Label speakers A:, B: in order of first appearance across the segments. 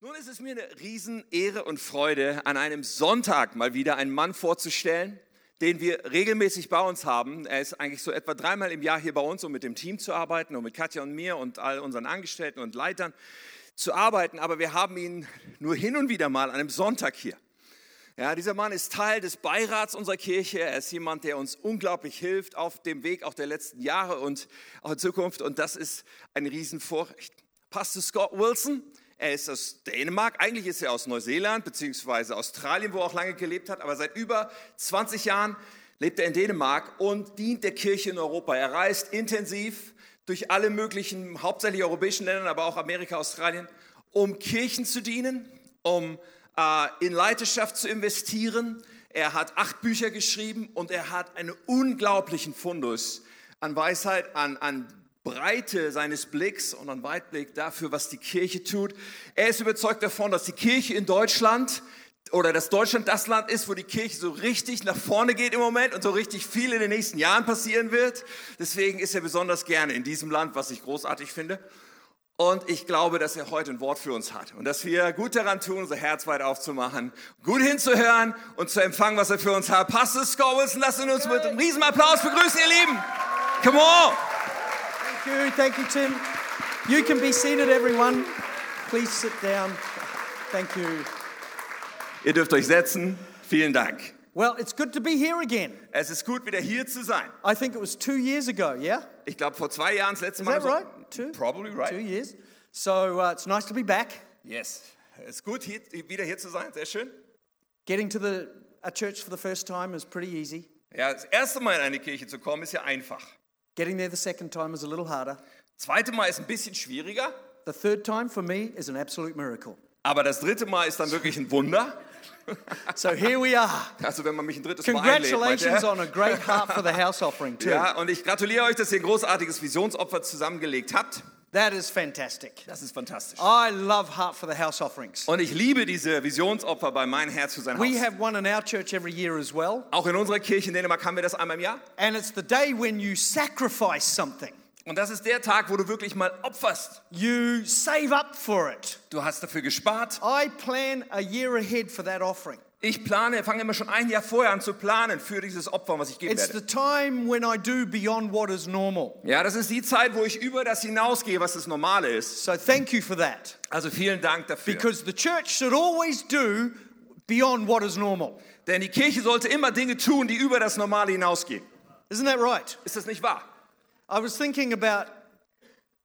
A: Nun ist es mir eine Riesenehre und Freude, an einem Sonntag mal wieder einen Mann vorzustellen, den wir regelmäßig bei uns haben. Er ist eigentlich so etwa dreimal im Jahr hier bei uns, um mit dem Team zu arbeiten, um mit Katja und mir und all unseren Angestellten und Leitern zu arbeiten. Aber wir haben ihn nur hin und wieder mal an einem Sonntag hier. Ja, dieser Mann ist Teil des Beirats unserer Kirche. Er ist jemand, der uns unglaublich hilft auf dem Weg auch der letzten Jahre und auch in Zukunft. Und das ist ein Riesenvorrecht. Pastor Scott Wilson, er ist aus Dänemark, eigentlich ist er aus Neuseeland bzw. Australien, wo er auch lange gelebt hat, aber seit über 20 Jahren lebt er in Dänemark und dient der Kirche in Europa. Er reist intensiv durch alle möglichen, hauptsächlich europäischen Ländern, aber auch Amerika, Australien, um Kirchen zu dienen, um äh, in Leiterschaft zu investieren. Er hat acht Bücher geschrieben und er hat einen unglaublichen Fundus an Weisheit, an, an Breite seines Blicks und an Weitblick dafür, was die Kirche tut. Er ist überzeugt davon, dass die Kirche in Deutschland oder dass Deutschland das Land ist, wo die Kirche so richtig nach vorne geht im Moment und so richtig viel in den nächsten Jahren passieren wird. Deswegen ist er besonders gerne in diesem Land, was ich großartig finde. Und ich glaube, dass er heute ein Wort für uns hat und dass wir gut daran tun, unser Herz weit aufzumachen, gut hinzuhören und zu empfangen, was er für uns hat. Pastor Scott Wilson, lasst ihn uns mit einem riesen Applaus begrüßen, ihr Lieben. Come on!
B: Thank you, thank you, Tim. You can be seated, everyone. Please sit down. Thank you.
A: Ihr dürft euch setzen. Vielen Dank.
B: Well, it's good to be here again.
A: Es ist gut, wieder hier zu sein.
B: I think it was two years ago, yeah?
A: Ich glaube, vor zwei Jahren das letzte
B: Is
A: Mal.
B: that
A: so-
B: right? Two?
A: Probably
B: Two
A: right.
B: years. So uh, it's nice to be back,
A: Yes. Es ist gut, hier, wieder hier zu sein. Sehr schön.
B: getting to the, a church for the first time is pretty easy.
A: Ja, das erste Mal in eine Kirche zu kommen, ist ja einfach.
B: Getting there the second time is a little harder.
A: Zweite Mal ist ein bisschen schwieriger,
B: The third time for me is an absolute miracle.
A: aber das dritte Mal ist dann wirklich ein Wunder.
B: So here we are.
A: Also wenn man mich ein drittes Mal einlädt, meint
B: Congratulations
A: er.
B: on a great heart for the house offering, too.
A: Ja, und ich gratuliere euch, dass ihr ein großartiges Visionsopfer zusammengelegt habt.
B: That is fantastic.
A: Das ist fantastisch.
B: I love heart for the house offerings.
A: Und ich liebe diese Visionsopfer bei Mein Herz für sein
B: We
A: Haus.
B: have one in our church every year as well.
A: Auch in unserer Kirche in Dänemark haben wir das einmal im Jahr.
B: And it's the day when you sacrifice something.
A: Und das ist der Tag, wo du wirklich mal opferst.
B: You save up for it.
A: Du hast dafür gespart.
B: I plan a year ahead for that offering.
A: Ich plane, fange immer schon ein Jahr vorher an zu planen für dieses Opfer, was ich geben
B: It's the
A: werde.
B: time when I do beyond what is normal.
A: Ja, das ist die Zeit, wo ich über das hinausgehe, was das Normale ist.
B: So thank you for that.
A: Also vielen Dank dafür.
B: Because the church should always do beyond what is normal.
A: Denn die Kirche sollte immer Dinge tun, die über das Normale hinausgehen.
B: Isn't that right?
A: Ist das nicht wahr?
B: I was thinking about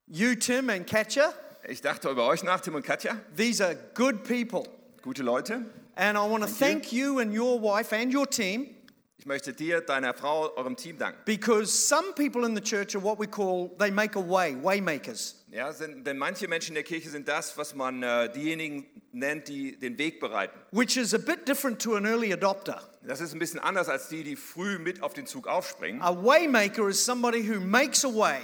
B: you, Tim, and Katja.
A: Ich dachte über euch nach, Tim und Katja.
B: These are good people.
A: Gute Leute.
B: And I want to thank you and your wife and your team
A: Ich möchte dir, deiner Frau, eurem Team danken.
B: because some people in the church are what we call, they make a way, waymakers.
A: Ja, sind, denn manche Menschen in der Kirche sind das, was man äh, diejenigen nennt, die den Weg bereiten.
B: which is a bit different to an early adopter.
A: Das ist ein bisschen anders als die, die früh mit auf den Zug aufspringen.
B: A waymaker is somebody who makes a way.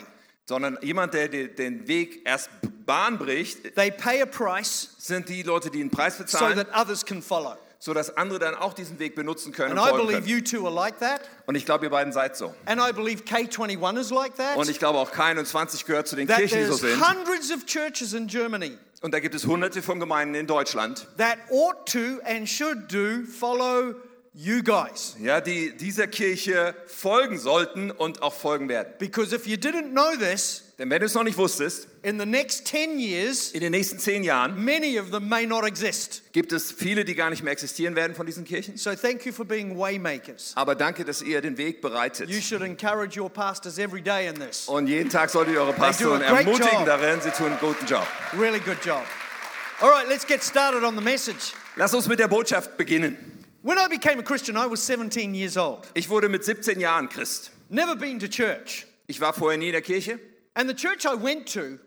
A: sondern jemand, der de- den Weg erst b- Bahn bricht,
B: They pay a price
A: sind die Leute, die den Preis
B: so
A: bezahlen,
B: that others can follow.
A: sodass andere dann auch diesen Weg benutzen können
B: And
A: und
B: I
A: folgen
B: believe
A: können.
B: you two are like that.
A: Und ich glaube, ihr beiden seid so.
B: And I believe K21 is like
A: Und
B: that.
A: ich glaube, auch Kain und 20 gehört zu den
B: That
A: Kirchen, die so
B: there's
A: sind.
B: hundreds of churches in Germany
A: Und da gibt es hunderte von Gemeinden in Deutschland,
B: that ought to and should do follow you guys.
A: ja, die dieser Kirche folgen sollten und auch folgen werden.
B: Because if you didn't know this,
A: Denn wenn du es noch nicht wusstest,
B: in the next 10 years,
A: in den nächsten zehn Jahren
B: many of them may not exist.
A: gibt es viele, die gar nicht mehr existieren werden von diesen Kirchen.
B: So thank you for being waymakers.
A: Aber danke, dass ihr den Weg bereitet.
B: You should encourage your pastors every day in this.
A: Und jeden Tag solltet ihr eure Pastoren
B: great
A: ermutigen
B: job.
A: darin, sie tun einen guten Job.
B: Really good job. All right, let's get started on the message.
A: Lass uns mit der Botschaft beginnen.
B: When I became a Christian, I was 17 years old,
A: Ich wurde mit 17 Jahren Christ.
B: never been to church.
A: Ich war vorher nie in der Kirche
B: And the church I went to,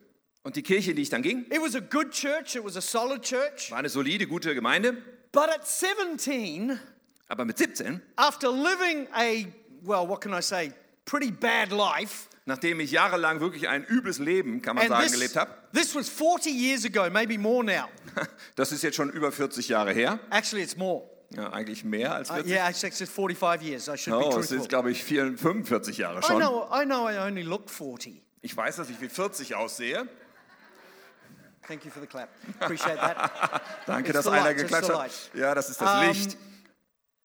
A: und die Kirche, in die ich dann ging,
B: it was a good church, it was a solid church.
A: war eine solide, gute Gemeinde.
B: But at 17,
A: Aber mit 17,
B: after living a, well, what can I say, pretty bad life,
A: nachdem ich jahrelang wirklich ein übles Leben, kann man
B: and
A: sagen,
B: this,
A: gelebt habe,
B: this was 40 years ago, maybe more now.
A: das ist jetzt schon über 40 Jahre her,
B: Actually, it's more.
A: ja, eigentlich mehr als
B: Uh,
A: 40.
B: yeah, actually, it's 45 years. I should be
A: Oh, es
B: truthful.
A: ist, glaube ich, 4 45 Jahre
B: I
A: schon.
B: know, I know I only look 40.
A: Ich weiß, dass ich wie 40 aussehe.
B: Thank you for the clap. Appreciate that.
A: Danke,
B: It's
A: dass
B: the
A: einer
B: light, it's
A: geklatscht
B: the
A: hat.
B: light.
A: Ja, das ist das
B: Um,
A: Licht.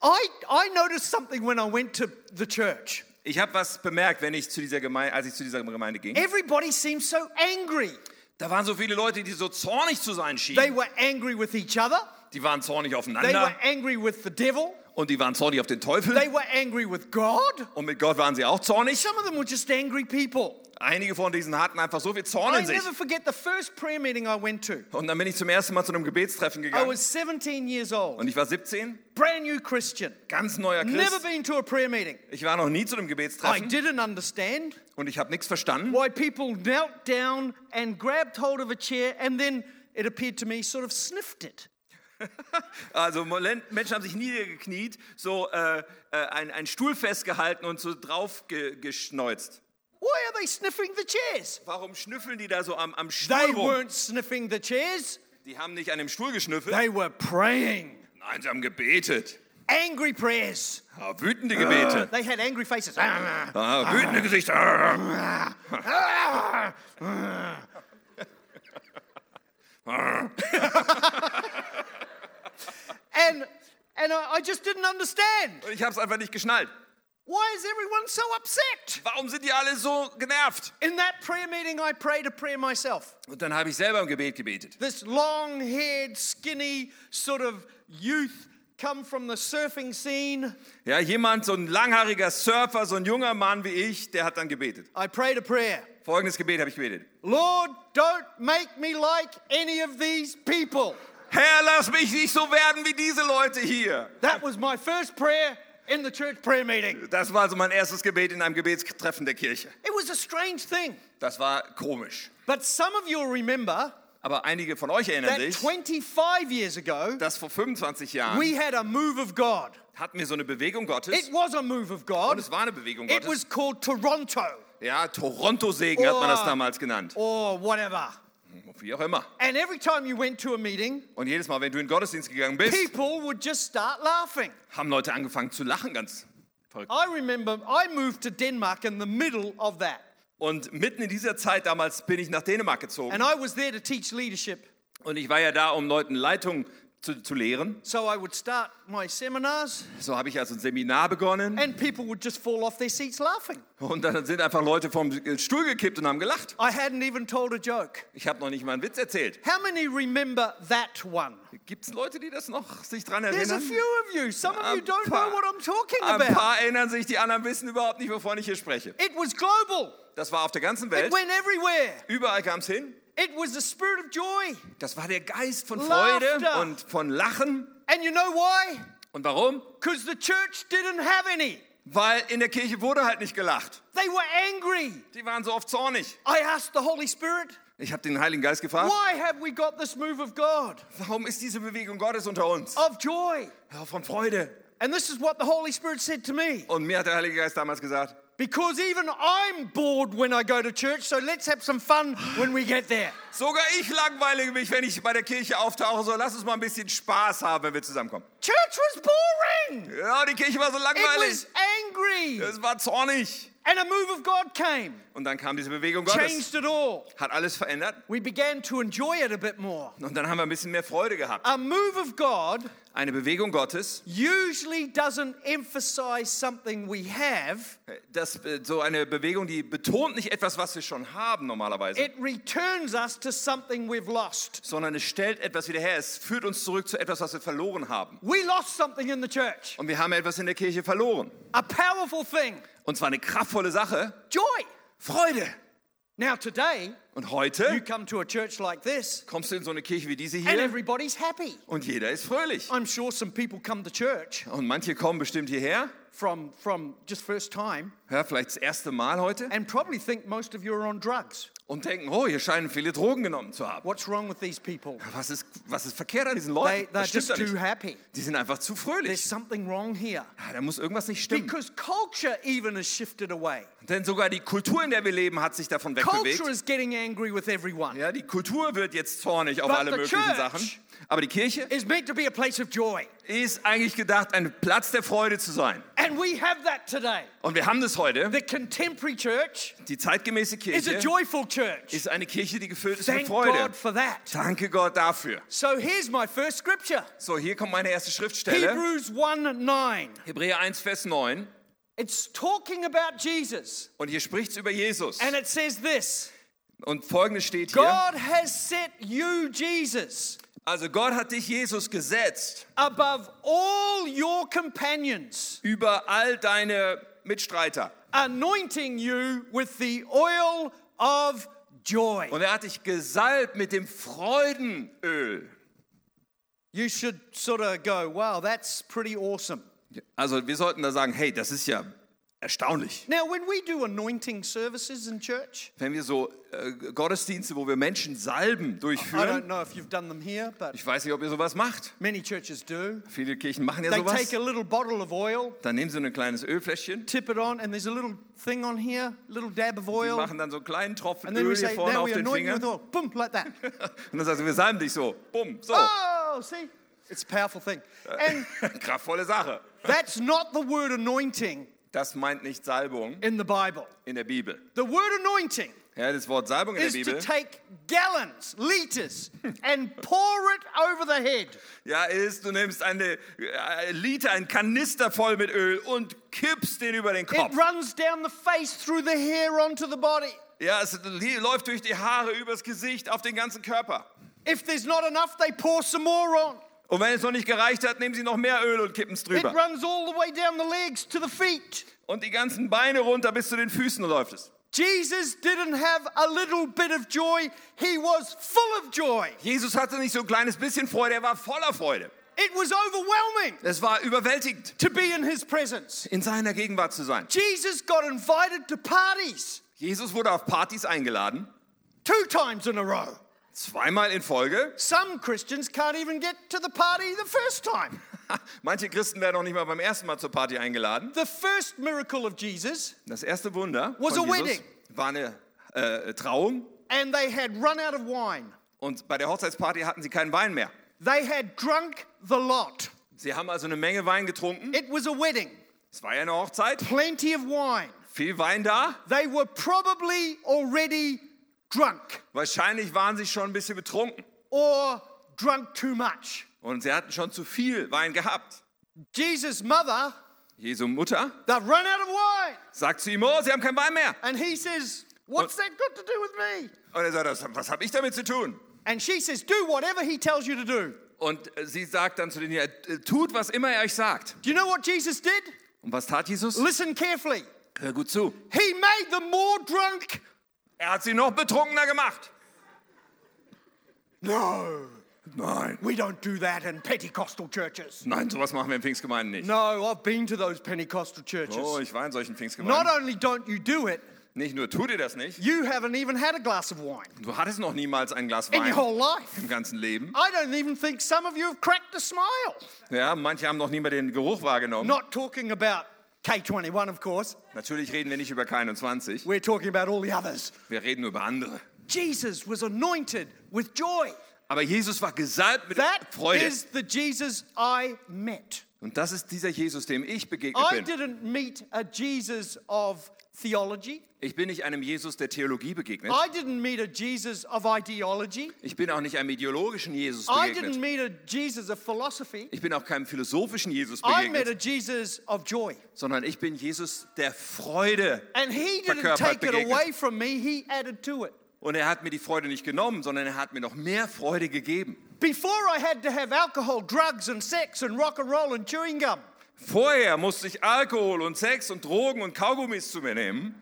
B: I, I noticed something when I went to the church.
A: Ich habe was bemerkt, wenn ich zu dieser Gemeinde, als ich zu dieser Gemeinde ging.
B: Everybody seemed so angry.
A: Da waren so viele Leute, die so zornig zu sein
B: They
A: schienen.
B: were angry with each other.
A: Die waren zornig
B: They were
A: aufeinander
B: angry with the devil.
A: und die waren zornig auf den
B: They
A: Teufel.
B: were angry with God.
A: Und mit Gott waren sie auch zornig.
B: Some of them were just angry people.
A: Einige von diesen hatten einfach so viel Zorn
B: I
A: in sich.
B: never forget the first prayer meeting I went to.
A: Und dann bin ich zum ersten Mal zu einem Gebetstreffen
B: I
A: gegangen.
B: was 17 years old,
A: Und ich war 17,
B: brand new Christian.
A: ganz neuer
B: Never
A: Christ.
B: been to a prayer meeting.
A: Ich war noch nie zu einem
B: I
A: Gebetstreffen
B: didn't understand
A: und ich habe nichts verstanden,
B: why people knelt down and grabbed hold of a chair and then it appeared to me sort of sniffed it.
A: Also Molen- Menschen haben sich niedergekniet, so äh, äh, ein- einen Stuhl festgehalten und so drauf ge geschneuzt.
B: Why are they sniffing the chairs?
A: Warum schnüffeln die da so am, am Stuhl
B: They
A: rum?
B: weren't sniffing the chairs,
A: Die haben nicht an dem Stuhl geschnüffelt.
B: they were praying.
A: Nein, sie haben gebetet.
B: Angry prayers.
A: Ja, wütende Gebete.
B: They had angry faces.
A: Ah, wütende Gesichter.
B: Ah. And and I, I just didn't understand.
A: Ich habe es einfach nicht geschnallt.
B: Why is everyone so upset?
A: Warum sind die alle so genervt?
B: In that prayer meeting, I prayed a prayer myself.
A: Und dann habe ich selber im Gebet gebetet.
B: This long haired, skinny sort of youth come from the surfing scene.
A: Ja, jemand, so ein langhaariger Surfer, so ein junger Mann wie ich, der hat dann gebetet.
B: I prayed a prayer
A: Folgendes Gebet habe ich gebetet.
B: Lord, don't make me like any of these people.
A: Herr, lass mich nicht so werden wie diese Leute hier.
B: That was my first prayer in the church prayer meeting.
A: Das war also mein erstes Gebet in einem Gebetstreffen der Kirche.
B: It was a strange thing.
A: Das war komisch.
B: But some of you will remember
A: Aber einige von euch erinnern
B: that
A: sich,
B: 25 years ago,
A: dass vor 25 Jahren
B: we had a move of God.
A: hatten wir so eine Bewegung Gottes.
B: It was a move of
A: Und
B: God.
A: es war eine Bewegung
B: It
A: Gottes.
B: was called Toronto
A: Ja, Toronto-Segen hat man
B: Oh.
A: das damals genannt.
B: or whatever.
A: Wie auch immer.
B: And every time you went to a meeting,
A: Und jedes Mal, wenn du in den Gottesdienst gegangen bist,
B: people would just start laughing.
A: haben Leute angefangen zu lachen, ganz verrückt.
B: I remember I moved to Denmark in the middle of that.
A: Und mitten in dieser Zeit damals bin ich nach Dänemark gezogen.
B: And I was there to teach leadership.
A: Und ich war ja da, um Leuten Leitung zu, zu lehren.
B: So I would start my seminars,
A: So habe ich also ein Seminar begonnen.
B: and people would just fall off their seats laughing.
A: Und dann sind einfach Leute vom Stuhl gekippt und haben gelacht.
B: I hadn't even told a joke.
A: Ich habe noch nicht mal einen Witz erzählt.
B: How many remember that one?
A: Gibt es Leute, die das noch sich dran
B: There's a
A: erinnern?
B: few of you. Some of you don't know what I'm talking
A: Ein
B: about.
A: paar erinnern sich, die anderen wissen überhaupt nicht, wovon ich hier spreche.
B: It was global,
A: Das war auf der ganzen
B: it
A: Welt.
B: went everywhere.
A: Überall kam es hin.
B: It was the spirit of joy.
A: Das war der Geist von
B: Laughter.
A: Freude und von Lachen.
B: And you know why?
A: Und warum?
B: Because the church didn't have any.
A: Weil in der Kirche wurde halt nicht gelacht.
B: They were angry.
A: Die waren so oft zornig.
B: I asked the Holy Spirit,
A: Ich habe den Heiligen Geist gefragt,
B: why have we got this move of God,
A: warum ist diese Bewegung Gottes unter uns?
B: of joy?
A: Ja, von Freude.
B: And this is what the Holy Spirit said to me.
A: Und mir hat der Heilige Geist damals gesagt,
B: Because even I'm bored when I go to church, so let's have some fun when we get there.
A: sogar ich langweile mich, wenn ich bei der Kirche auftauche, so lass uns mal ein bisschen Spaß haben, wenn wir zusammenkommen.
B: Church was boring.
A: Ja, die Kirche war so
B: It
A: langweilig.
B: was angry.
A: Es war zornig.
B: And a move of God came,
A: Und dann kam diese Bewegung Gottes.
B: changed it all.
A: Hat alles verändert.
B: We began to enjoy it a bit more.
A: Und dann haben wir ein bisschen mehr Freude gehabt.
B: A move of God
A: Eine Bewegung Gottes,
B: usually doesn't emphasize something we have,
A: das, äh, so eine Bewegung, die betont nicht etwas, was wir schon haben normalerweise,
B: it returns us to something we've lost.
A: sondern es stellt etwas wieder her. Es führt uns zurück zu etwas, was wir verloren haben.
B: We lost something in the church,
A: Und wir haben etwas in der Kirche verloren.
B: a powerful thing
A: Und zwar eine kraftvolle Sache,
B: joy.
A: Freude.
B: Now, today,
A: Und
B: you
A: heute
B: come to a church like this,
A: kommst du in so eine Kirche wie diese
B: and
A: hier
B: everybody's happy.
A: und jeder ist fröhlich.
B: I'm sure some people come to church
A: Und manche kommen bestimmt hierher,
B: from, from just first time
A: ja, vielleicht das erste Mal heute,
B: and probably think most of you are on drugs.
A: und denken, oh, hier scheinen viele Drogen genommen zu haben.
B: What's wrong with these people?
A: Was ist, was ist verkehrt an diesen
B: They,
A: Leuten?
B: they're
A: Das stimmt
B: just
A: doch
B: too
A: nicht.
B: happy.
A: Die sind einfach zu
B: There's
A: fröhlich. Ah,
B: something wrong here.
A: Ja, da muss irgendwas nicht stimmen.
B: Because culture even has shifted away.
A: Denn sogar die Kultur, in der wir leben, hat sich davon wegbewegt.
B: Culture is getting angry with everyone.
A: Ja, die Kultur wird jetzt zornig auf
B: But
A: alle
B: the
A: möglichen
B: church-
A: Sachen. Aber die Kirche
B: It's meant to be a place of joy.
A: ist eigentlich gedacht, ein Platz der Freude zu sein.
B: And we have that today.
A: Und wir haben das heute.
B: The contemporary church
A: Die zeitgemäße
B: is a
A: Kirche
B: joyful church.
A: ist eine Kirche, die gefüllt ist mit
B: Thank
A: Freude.
B: God for that.
A: Danke Gott dafür.
B: So here's my first scripture.
A: So, hier kommt meine erste Schriftstelle.
B: Hebrews 1 9.
A: Hebräer 1, Vers 9.
B: It's talking about Jesus.
A: Und hier spricht es über Jesus.
B: And it says this
A: Und folgendes steht hier.
B: God has set you, Jesus,
A: Also Gott hat dich, Jesus, gesetzt
B: above all your companions,
A: über all deine Mitstreiter.
B: anointing you with the oil of joy.
A: Und er hat dich gesalbt mit dem Freudenöl.
B: You should sort of go, wow, that's pretty awesome.
A: Also wir sollten da sagen, hey, das ist ja erstaunlich.
B: Now, when we do anointing services in church,
A: Wenn wir so äh, Gottesdienste, wo wir Menschen salben,
B: I don't
A: durchführen.
B: know if you've done them here, but
A: Ich weiß nicht, ob ihr sowas macht.
B: many churches do.
A: Viele Kirchen machen ja
B: They
A: sowas.
B: take a little bottle of oil,
A: Dann nehmen sie ein kleines Ölfläschchen,
B: tip it on, and there's a little thing on here, little dab of
A: die
B: oil,
A: machen dann so einen kleinen Tropfen
B: and then we
A: Öl hier
B: say,
A: vorne
B: now
A: auf
B: we
A: den
B: anoint you
A: Finger.
B: with oil. Boom, like that.
A: Und dann sagst du, wir salben dich so. Bumm, so.
B: oh, see? It's a powerful thing. And
A: Kraftvolle Sache.
B: that's not the word anointing
A: Das meint nicht Salbung
B: in the Bible.
A: in der Bibel.
B: The word anointing
A: Ja, das Wort Salbung in der
B: is to
A: Bibel
B: take gallons, liters, and pour it over the head.
A: ja, ist, du nimmst eine äh, Liter, einen Kanister voll mit Öl und kippst den über den
B: It
A: Kopf.
B: runs down the face, through the hair, onto the body.
A: Ja, es li- läuft durch die Haare, übers Gesicht, auf den ganzen Körper.
B: If there's not enough, they pour some more on.
A: Und wenn es noch nicht gereicht hat, nehmen sie noch mehr Öl und kippen es
B: It
A: drüber.
B: runs all the way down the legs to the feet.
A: Und die ganzen Beine runter bis zu den Füßen läuft es.
B: Jesus didn't have a little bit of joy, he was full of joy.
A: Jesus hatte nicht so ein kleines bisschen Freude, er war voller Freude.
B: It was overwhelming
A: Es war überwältigend,
B: to be in his presence.
A: in seiner Gegenwart zu sein.
B: Jesus got invited to parties
A: Jesus wurde auf Partys eingeladen,
B: two times in a row.
A: zweimal in Folge.
B: Some Christians can't even get to the party the first time.
A: Manche Christen werden auch nicht mal beim ersten Mal zur Party eingeladen.
B: The first miracle of Jesus,
A: Das erste Wunder
B: Was
A: von
B: a
A: Jesus
B: wedding.
A: war eine äh, Trauung
B: and they had run out of wine.
A: und bei der Hochzeitsparty hatten sie keinen Wein mehr.
B: They had drunk the lot.
A: Sie haben also eine Menge Wein getrunken.
B: It was a wedding,
A: Es war ja eine Hochzeit,
B: plenty of wine.
A: viel Wein da.
B: They were probably already drunk
A: Wahrscheinlich waren sie schon ein bisschen betrunken
B: or drunk too much.
A: und sie hatten schon zu viel Wein gehabt.
B: Jesus' mother,
A: Jesu Mutter
B: they've run out of wine.
A: sagt zu ihm, oh, sie haben keinen Wein mehr.
B: And he says, What's that got to do with me?
A: Und er sagt, "Das- was habe ich damit zu tun?
B: And she says, Do whatever he tells you to do.
A: Und äh, sie sagt dann zu denen, ja, äh, tut, was immer er euch sagt.
B: Do you know what Jesus did?
A: Und was tat Jesus?
B: Listen carefully.
A: Hör gut zu.
B: He made them more drunk.
A: Er hat sie noch betrunkener gemacht.
B: No,
A: Nein.
B: we don't do that in Pentecostal churches.
A: Nein, sowas machen wir in Pfingstgemeinden nicht.
B: No, I've been to those Pentecostal churches.
A: Oh, ich war in solchen
B: Not
A: Pfingstgemeinden.
B: only don't you do it,
A: Nicht nur tut ihr das nicht,
B: you haven't even had a glass of wine
A: du hattest noch niemals ein Glas
B: in your
A: Wein
B: whole life.
A: im ganzen Leben.
B: I don't even think some of you have cracked a smile.
A: Ja, manche haben noch nie mal den Geruch wahrgenommen.
B: Not talking about K21, of course.
A: Natürlich reden wir nicht über K21,
B: We're talking about all the others.
A: wir reden nur über andere.
B: Jesus was anointed with joy.
A: Aber Jesus war gesalbt mit
B: That
A: Freude.
B: is the Jesus I met.
A: Und das ist dieser Jesus, dem ich begegnet
B: I
A: bin.
B: didn't meet a Jesus of theology.
A: Ich bin nicht einem Jesus der Theologie begegnet.
B: I didn't meet a Jesus of ideology.
A: Ich bin auch nicht einem ideologischen Jesus
B: I didn't
A: begegnet.
B: meet a Jesus of philosophy.
A: Ich bin auch keinem philosophischen Jesus
B: I met a
A: begegnet,
B: Jesus of joy.
A: sondern ich bin Jesus der Freude.
B: And he didn't
A: Verkörpert
B: take it
A: begegnet.
B: away from me, he added to it.
A: Und er hat mir die Freude nicht genommen, sondern er hat mir noch mehr Freude gegeben.
B: Before I had to have alcohol, drugs, and sex, and rock and roll, and chewing gum.
A: Vorher musste ich Alkohol und Sex und Drogen und Kaugummis zu mir nehmen,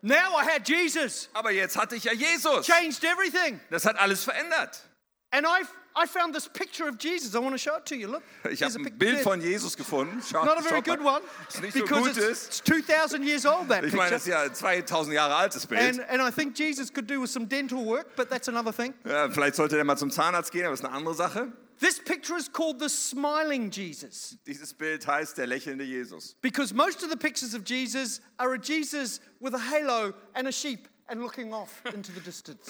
B: Now I had Jesus,
A: aber jetzt hatte ich ja Jesus.
B: changed everything.
A: Das hat alles verändert.
B: And I, I found this picture of Jesus. I want to show it to you. Look.
A: Ich habe
B: a
A: ein
B: pic-
A: Bild
B: there.
A: von Jesus gefunden. Schaut,
B: Not a very
A: schaut mal.
B: good one
A: Ist nicht so
B: because
A: gut
B: it's,
A: ist.
B: it's 2,000 years old, that
A: Ich meine, das ist
B: picture.
A: ja ein 2000 Jahre altes Bild.
B: And, and I think Jesus could do with some dental work, but that's another thing.
A: Ja, vielleicht sollte der mal zum Zahnarzt gehen, aber das ist eine andere Sache.
B: This picture is called the smiling Jesus
A: Dieses Bild heißt der lächelnde Jesus.
B: because most of the pictures of Jesus are a Jesus with a halo and a sheep and looking off into the distance.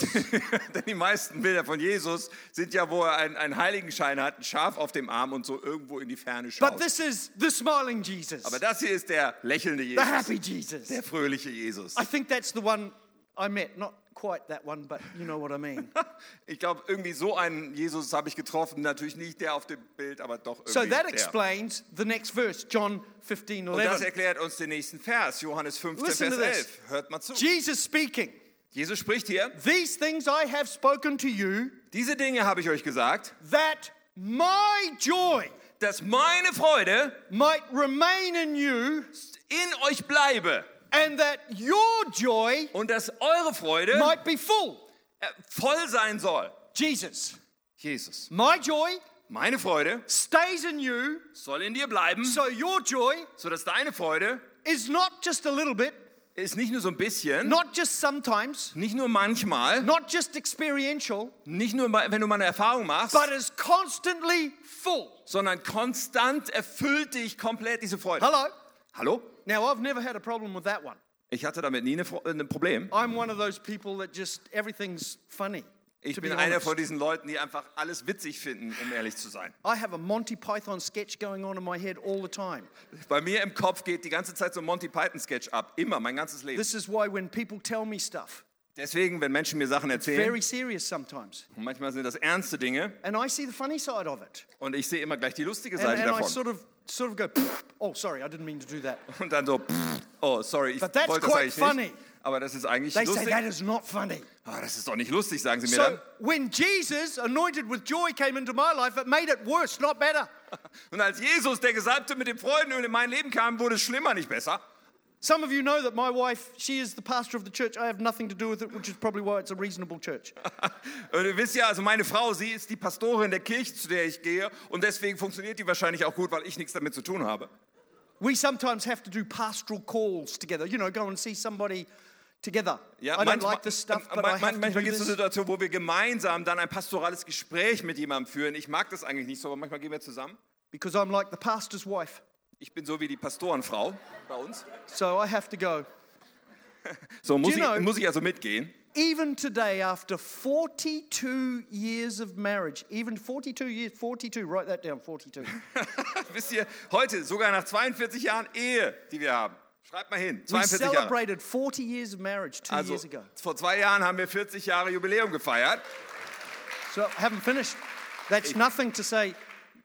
A: Denn die meisten Bilder von Jesus sind ja, wo er einen, einen Heiligenschein hat, ein Schaf auf dem Arm und so irgendwo in die Ferne
B: But
A: schaut.
B: this is the smiling Jesus,
A: Aber das hier ist der lächelnde
B: the
A: Jesus,
B: happy Jesus.
A: der fröhliche Jesus.
B: I think that's the one I met. Not quite that one, but you know what I mean.
A: Ich glaube, irgendwie so einen Jesus habe ich getroffen. Natürlich nicht der auf dem Bild, aber doch irgendwie
B: so that
A: der.
B: explains the next verse, John 15
A: Und das
B: 11.
A: erklärt uns den nächsten Vers, Johannes 15, Vers
B: Listen to this.
A: 11. Hört mal zu.
B: Jesus speaking,
A: Jesus spricht hier,
B: These things I have spoken to you,
A: diese Dinge habe ich euch gesagt,
B: that my joy
A: dass meine Freude
B: might remain in you,
A: in euch bleibe
B: and that your joy
A: und dass eure Freude
B: might be full.
A: äh, voll sein soll.
B: Jesus,
A: Jesus.
B: my joy
A: Meine Freude
B: stays in you,
A: soll in dir bleiben,
B: so your joy
A: sodass deine Freude
B: is not just a little bit,
A: ist nicht nur so ein bisschen,
B: not just sometimes,
A: nicht nur manchmal,
B: not just experiential,
A: nicht nur mal- wenn du mal eine Erfahrung machst,
B: but is constantly full.
A: sondern konstant erfüllt dich komplett diese Freude.
B: Hello?
A: Hallo?
B: Now, I've never had a problem with that one.
A: Ich hatte damit nie eine Fro- äh, ein Problem.
B: I'm one of those people that just everything's funny.
A: Ich
B: to be
A: bin einer
B: honest.
A: von diesen Leuten, die einfach alles witzig finden, um ehrlich zu sein.
B: I have a Monty Python sketch going on in my head all the time.
A: Bei mir im Kopf geht die ganze Zeit so ein Monty Python Sketch ab, immer mein ganzes Leben.
B: This is why when people tell me stuff,
A: Deswegen, wenn Menschen mir Sachen erzählen,
B: very serious sometimes,
A: und manchmal sind das ernste Dinge,
B: and I see the funny side of it,
A: und ich sehe immer gleich die lustige
B: and,
A: Seite
B: and I
A: davon.
B: sort of sort of go, oh, sorry, I didn't mean to do that.
A: Und dann so, pff, oh, sorry, ich
B: But that's
A: wollte das
B: quite
A: eigentlich
B: funny.
A: nicht. Aber das ist eigentlich
B: They say
A: lustig.
B: that is not funny.
A: Ah, das ist doch nicht lustig, sagen sie mir
B: So
A: dann.
B: when Jesus, anointed with joy, came into my life, it made it worse, not better.
A: Und als Jesus, der Gesalbte, mit den Freudenöl in mein Leben kam, wurde es schlimmer, nicht besser.
B: Some of you know that my wife, she is the pastor of the church. I have nothing to do with it, which is probably why it's a reasonable church.
A: Und ihr wisst ja, also meine Frau, sie ist die Pastorin der Kirche, zu der ich gehe. Und deswegen funktioniert die wahrscheinlich auch gut, weil ich nichts damit zu tun habe.
B: We sometimes have to do pastoral calls together, you know, go and see somebody together. I don't like this stuff,
A: man-
B: but I
A: man-
B: have to
A: manchmal
B: do
A: gibt es eine
B: this.
A: Situation, wo wir gemeinsam dann ein pastorales Gespräch mit jemandem führen. Ich mag das eigentlich nicht so, aber manchmal gehen wir zusammen.
B: because I'm like the pastor's wife.
A: Ich bin so wie die Pastorenfrau bei uns.
B: So I have to go.
A: So muss,
B: you know-
A: ich, muss ich also mitgehen.
B: Even today, after 42 years of marriage, even 42 years, 42, write that down, 42.
A: Wisst ihr, heute, sogar nach 42 Jahren Ehe, die wir haben, schreibt mal hin,
B: we
A: 42 Jahre.
B: celebrated 40 years of marriage two
A: Also,
B: years ago.
A: vor zwei Jahren haben wir 40 Jahre Jubiläum gefeiert.
B: So I haven't finished. That's nothing to say.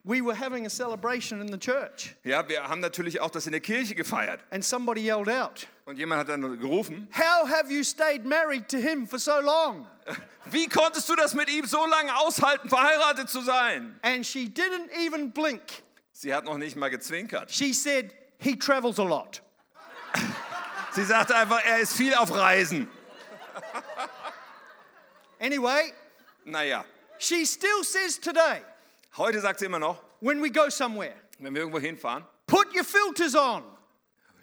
B: We were having a celebration in the church,
A: Ja, wir haben natürlich auch das in der Kirche gefeiert.
B: and somebody yelled out,
A: Und jemand hat dann gerufen,
B: How have you stayed married to him for so long?
A: wie konntest du das mit ihm so lange aushalten, verheiratet zu sein?
B: And she didn't even blink.
A: Sie hat noch nicht mal gezwinkert.
B: She said, He travels a lot.
A: Sie sagte einfach, er ist viel auf Reisen.
B: Anyway,
A: Naja,
B: she still says today,
A: heute sagt sie immer noch,
B: when we go somewhere,
A: wenn wir irgendwo hinfahren,
B: put your filters on.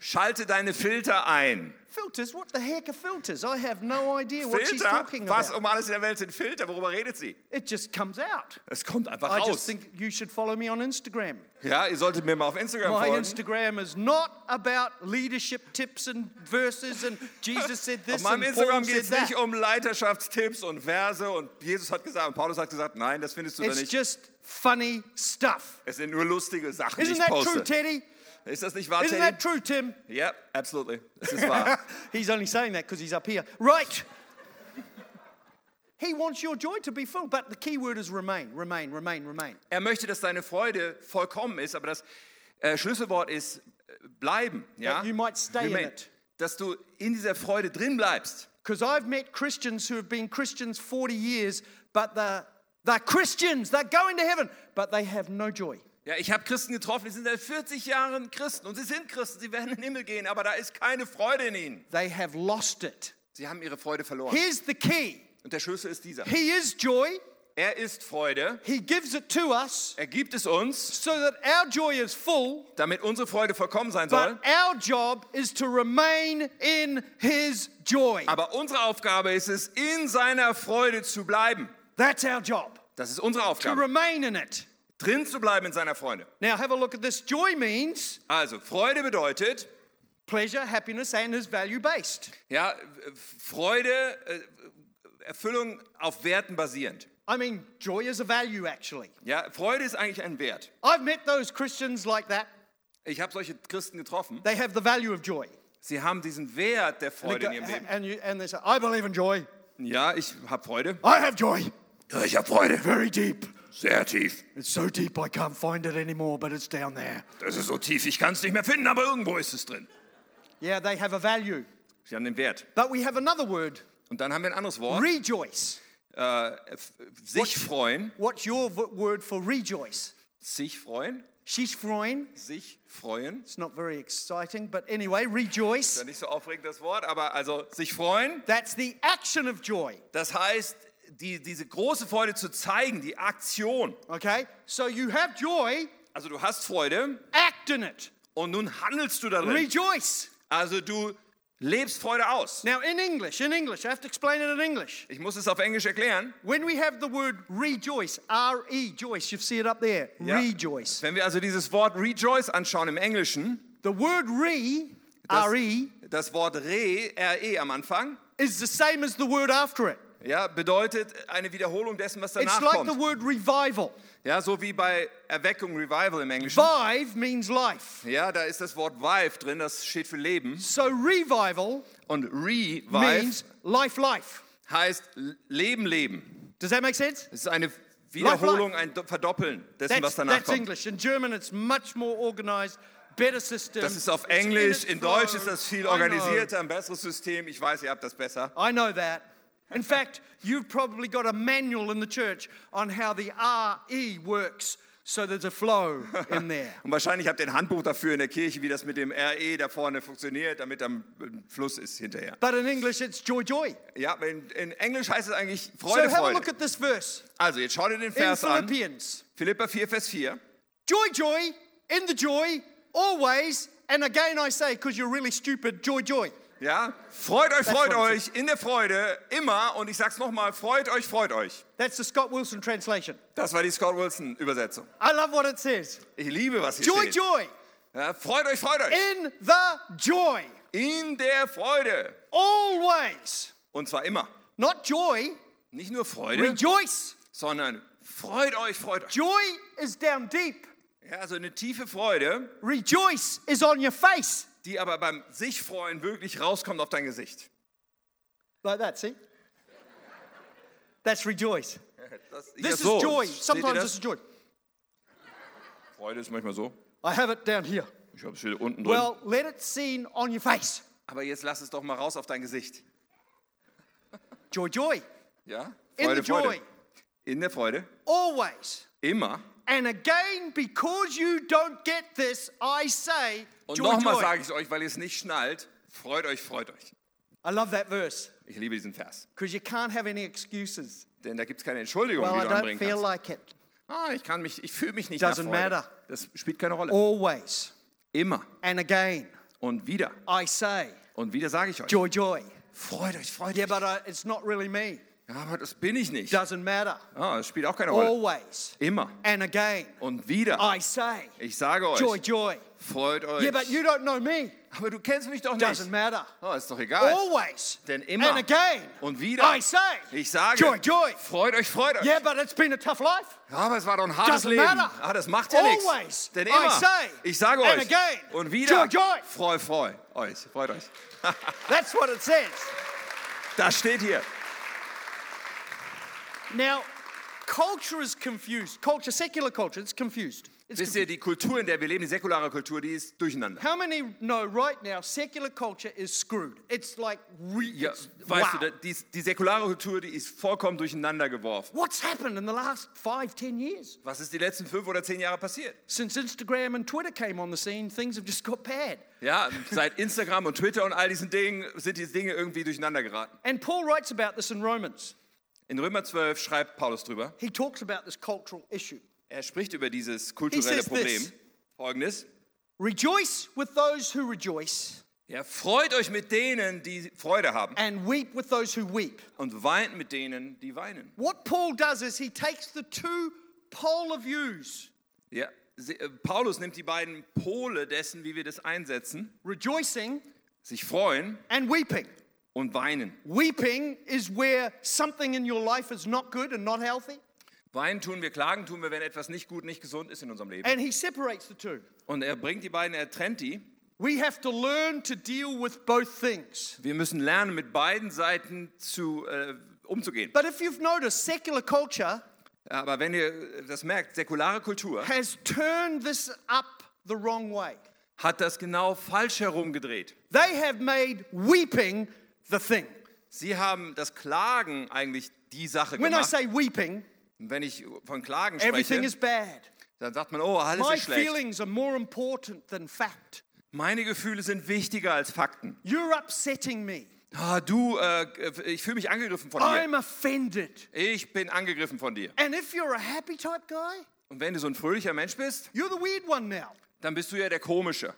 A: schalte deine Filter ein.
B: Filters? What the heck are filters? I have no idea what she's
A: Filter?
B: talking
A: Was
B: about.
A: um alles in der Welt sind Filter? Worüber redet sie?
B: It just comes out.
A: Es kommt einfach
B: I just
A: raus.
B: think you should follow me on Instagram.
A: Ja, ihr solltet mir mal auf Instagram
B: My
A: folgen.
B: Instagram is not about leadership tips and verses and Jesus said
A: Auf
B: this and
A: meinem
B: Paul
A: Instagram
B: said
A: geht es nicht
B: that.
A: um Leiterschaftstipps und Verse und Jesus hat gesagt und Paulus hat gesagt, nein, das findest du da
B: It's
A: nicht.
B: just funny stuff.
A: Es sind nur lustige Sachen, die
B: Isn't
A: ich
B: that true,
A: poste.
B: Teddy?
A: Ist das nicht wahr,
B: Isn't
A: Teddy?
B: that true, Tim?
A: Ja, absolutely. Es ist wahr.
B: he's only saying that because he's up here. Right. he wants your joy to be full, but the key word is remain, remain, remain, remain.
A: er möchte, dass deine Freude vollkommen ist, aber das äh, Schlüsselwort ist äh, bleiben. Ja?
B: That you might stay in
A: Remain.
B: it.
A: Dass du in dieser Freude drin bleibst.
B: Because I've met Christians who have been Christians 40 years, but they're, they're Christians, they're going to heaven, but they have no joy.
A: Ja, ich habe Christen getroffen, die sind seit 40 Jahren Christen und sie sind Christen, sie werden in den Himmel gehen, aber da ist keine Freude in ihnen.
B: They have lost it.
A: Sie haben ihre Freude verloren.
B: Here's the key
A: Und der Schlüssel ist dieser.
B: He is joy,
A: Er ist Freude.
B: He gives it to us
A: Er gibt es uns,
B: so that our joy is full,
A: damit unsere Freude vollkommen sein soll.
B: but our job is to remain in His joy.
A: Aber unsere Aufgabe ist es, in seiner Freude zu bleiben.
B: That's our job,
A: Das ist unsere
B: to
A: Aufgabe,
B: remain in it.
A: drin zu bleiben in seiner Freude.
B: Now, have a look at this. Joy means
A: Also, Freude bedeutet,
B: pleasure, happiness, and is value based.
A: ja, Freude, äh, Erfüllung auf Werten basierend.
B: I mean, joy is a value, actually.
A: Ja, Freude ist eigentlich ein Wert.
B: I've met those Christians like that.
A: Ich habe solche Christen getroffen.
B: They have the value of joy.
A: Sie haben diesen Wert der
B: They
A: Freude
B: go-
A: in ihrem Leben.
B: and, you, and they say, I believe in joy.
A: Ja, ich habe Freude.
B: I have joy.
A: Ja, ich habe Freude.
B: Very deep.
A: Sehr tief.
B: It's so deep I can't find it anymore, but it's down there.
A: Das ist so tief, ich kann es nicht mehr finden, aber irgendwo ist es drin.
B: Yeah, they have a value.
A: Sie haben den Wert.
B: But we have another word
A: Und dann haben wir ein anderes Wort.
B: rejoice.
A: Äh, f- sich freuen.
B: What's your v- word for rejoice?
A: Sich freuen.
B: She's freuen.
A: Sich freuen.
B: It's not very exciting, but anyway, rejoice.
A: Ist ja nicht so aufregend das Wort, aber also sich freuen.
B: That's the action of joy.
A: Das heißt, die, diese große Freude zu zeigen, die Aktion.
B: Okay? So you have joy,
A: Also du hast Freude
B: act in it.
A: und nun handelst du darin.
B: Rejoice.
A: Also du lebst Freude aus.
B: Now, in English, in English, I have to explain it in English.
A: Ich muss es auf Englisch erklären.
B: When we have the word rejoice, R E, joyce, you see it up there,
A: Ja.
B: rejoice.
A: Wenn wir also dieses Wort rejoice anschauen im Englischen,
B: The word re,
A: Das-
B: R E,
A: das Wort re, re am Anfang,
B: is the same as the word after it.
A: ja, bedeutet eine Wiederholung dessen, was
B: It's
A: danach
B: like the
A: kommt.
B: word revival.
A: Ja, so wie bei Erweckung, Revival im Englischen.
B: Vive means life.
A: Ja, da ist das Wort Vive drin, das steht für Leben.
B: So revival
A: Und Revive
B: means life, life.
A: heißt Leben, Leben.
B: Does that make sense?
A: Es ist eine Wiederholung, ein Do- Verdoppeln dessen, was
B: That's,
A: danach
B: that's
A: kommt.
B: English. In German, it's much more organized, better system.
A: Das ist auf
B: It's in
A: Englisch,
B: its
A: in Deutsch
B: flow.
A: ist das viel
B: I know.
A: organisierter, ein besseres System. Ich weiß, ihr habt das besser.
B: I know that. In fact, you've probably got a manual in the church on how the RE works, so there's a flow in there.
A: Und wahrscheinlich habt ihr ein Handbuch dafür in der Kirche, wie das mit dem RE da vorne funktioniert, damit am ähm, Fluss ist hinterher.
B: But in English, it's joy, joy.
A: Ja, aber in, in Englisch heißt es eigentlich
B: So
A: Freude,
B: have a look
A: Freude.
B: at this verse
A: Also, jetzt schaut ihr den
B: in
A: Vers an.
B: Philippians.
A: Philippa 4, Vers 4.
B: Joy, joy, in the joy, always. And again, I say, because you're really stupid, joy, joy.
A: Ja, freut euch, freut
B: what it
A: euch in der Freude, immer. Und ich sag's nochmal, freut euch, freut euch.
B: That's the Scott Wilson translation.
A: Das war die Scott Wilson Übersetzung.
B: I love what it says.
A: Ich liebe, was hier
B: Joy,
A: steht.
B: joy,
A: Ja, freut euch, freut euch.
B: in the joy,
A: In der Freude.
B: always.
A: Und zwar immer.
B: Not joy,
A: Nicht nur Freude,
B: rejoice.
A: sondern freut euch, freut euch.
B: Joy is down deep.
A: Ja, also eine tiefe Freude,
B: Rejoice is on your face.
A: die aber beim sich freuen wirklich rauskommt auf dein Gesicht.
B: Like that, see? That's rejoice.
A: Das, ja,
B: This
A: so.
B: is joy.
A: Seht ihr
B: Sometimes this
A: das?
B: is joy.
A: Freude ist manchmal so.
B: I have it down here.
A: Ich habe es hier unten drin.
B: Well, let it seen on your face.
A: aber jetzt lass es doch mal raus auf dein Gesicht.
B: Joy, joy.
A: Ja?
B: In the
A: Freude,
B: joy.
A: Freude. In der Freude.
B: Always.
A: Immer.
B: And again, because you don't get this, I say,
A: Und
B: joy,
A: nochmal
B: joy.
A: sage ich es euch, weil ihr es nicht schnallt. Freut euch, freut euch.
B: I love that verse
A: Ich liebe diesen Vers.
B: because you can't have any excuses.
A: Denn da gibt es keine Entschuldigung,
B: Well,
A: die
B: I
A: du
B: don't
A: anbringen
B: feel
A: kannst.
B: like it.
A: ah, ich kann mich, ich fühle mich nicht
B: Doesn't
A: nach Freude.
B: matter.
A: Das spielt keine Rolle.
B: Always.
A: Immer
B: And again,
A: und wieder
B: I say,
A: und wieder sage ich euch.
B: joy, joy.
A: Freut euch, freut
B: Yeah,
A: euch.
B: but uh, it's not really me.
A: Ja, aber das bin ich nicht.
B: Doesn't matter.
A: Ah, das spielt auch keine Rolle.
B: Oh. Always
A: Immer
B: and again,
A: und wieder.
B: I say,
A: Ich sage euch,
B: joy, joy.
A: freut euch.
B: Yeah, but you don't know me.
A: aber du kennst mich doch
B: Doesn't
A: nicht.
B: matter.
A: Oh, ist doch egal.
B: Always
A: Denn
B: and
A: immer
B: again,
A: und wieder.
B: I say,
A: Ich sage,
B: joy, joy.
A: freut euch, freut euch.
B: Yeah, but it's been a tough life.
A: Ja, aber es war doch ein hartes
B: Doesn't
A: Leben.
B: matter.
A: Ah, das macht ja nichts.
B: Always
A: Denn
B: I
A: immer,
B: say,
A: ich sage
B: and
A: euch,
B: again,
A: und wieder,
B: joy, joy.
A: freu, freu euch, freut euch.
B: That's what it says.
A: Das steht hier.
B: Now, culture is confused. Culture, secular culture, it's confused. It's
A: Wisst ihr, die Kultur, in der wir leben, die säkulare Kultur, die ist durcheinander.
B: How many know right now secular culture is screwed? It's like we,
A: Ja,
B: it's,
A: weißt
B: wow.
A: du, die, die säkulare Kultur, die ist vollkommen durcheinander geworfen.
B: What's happened in the last five, ten years?
A: Was ist die letzten fünf oder zehn Jahre passiert?
B: Since Instagram and Twitter came on the scene, things have just got bad.
A: Ja, seit Instagram und Twitter und all diesen Dingen sind diese Dinge irgendwie durcheinander geraten.
B: And Paul writes about this in Romans.
A: In Römer 12 schreibt Paulus drüber.
B: He talks about this cultural issue.
A: Er spricht über dieses
B: He
A: kulturelle
B: says
A: Problem.
B: this.
A: Folgendes.
B: Rejoice with those who rejoice
A: Ja, freut euch mit denen, die Freude haben
B: and weep with those who weep.
A: und weint mit denen, die weinen.
B: What Paul does is he takes the two polar views
A: Ja, sie- äh, Paulus nimmt die beiden Pole dessen, wie wir das einsetzen,
B: rejoicing
A: sich freuen
B: and weeping.
A: und weinen.
B: Weeping is where something in your life is not good and not healthy,
A: Weinen tun wir, klagen tun wir, wenn etwas nicht gut, nicht gesund ist in unserem Leben.
B: and he separates the two.
A: Und er bringt die beiden, er trennt die.
B: We have to learn to deal with both things.
A: Wir müssen lernen, mit beiden Seiten zu, äh, umzugehen.
B: But if you've noticed, secular culture
A: Aber wenn ihr das merkt, säkulare Kultur
B: has turned this up the wrong way.
A: hat das genau falsch herumgedreht.
B: They have made weeping the thing.
A: Sie haben das Klagen eigentlich die Sache
B: When I
A: gemacht.
B: say weeping,
A: Und Wenn ich von Klagen spreche,
B: everything is bad.
A: dann sagt man, oh, alles
B: My
A: ist schlecht.
B: feelings are more important than fact.
A: Meine Gefühle sind wichtiger als Fakten.
B: You're upsetting me.
A: Ah, du, äh, ich fühle mich angegriffen von dir.
B: I'm offended.
A: Ich bin angegriffen von dir.
B: And if you're a happy type guy,
A: Und wenn du so ein fröhlicher Mensch bist,
B: you're the weird one now.
A: dann bist du ja der Komische.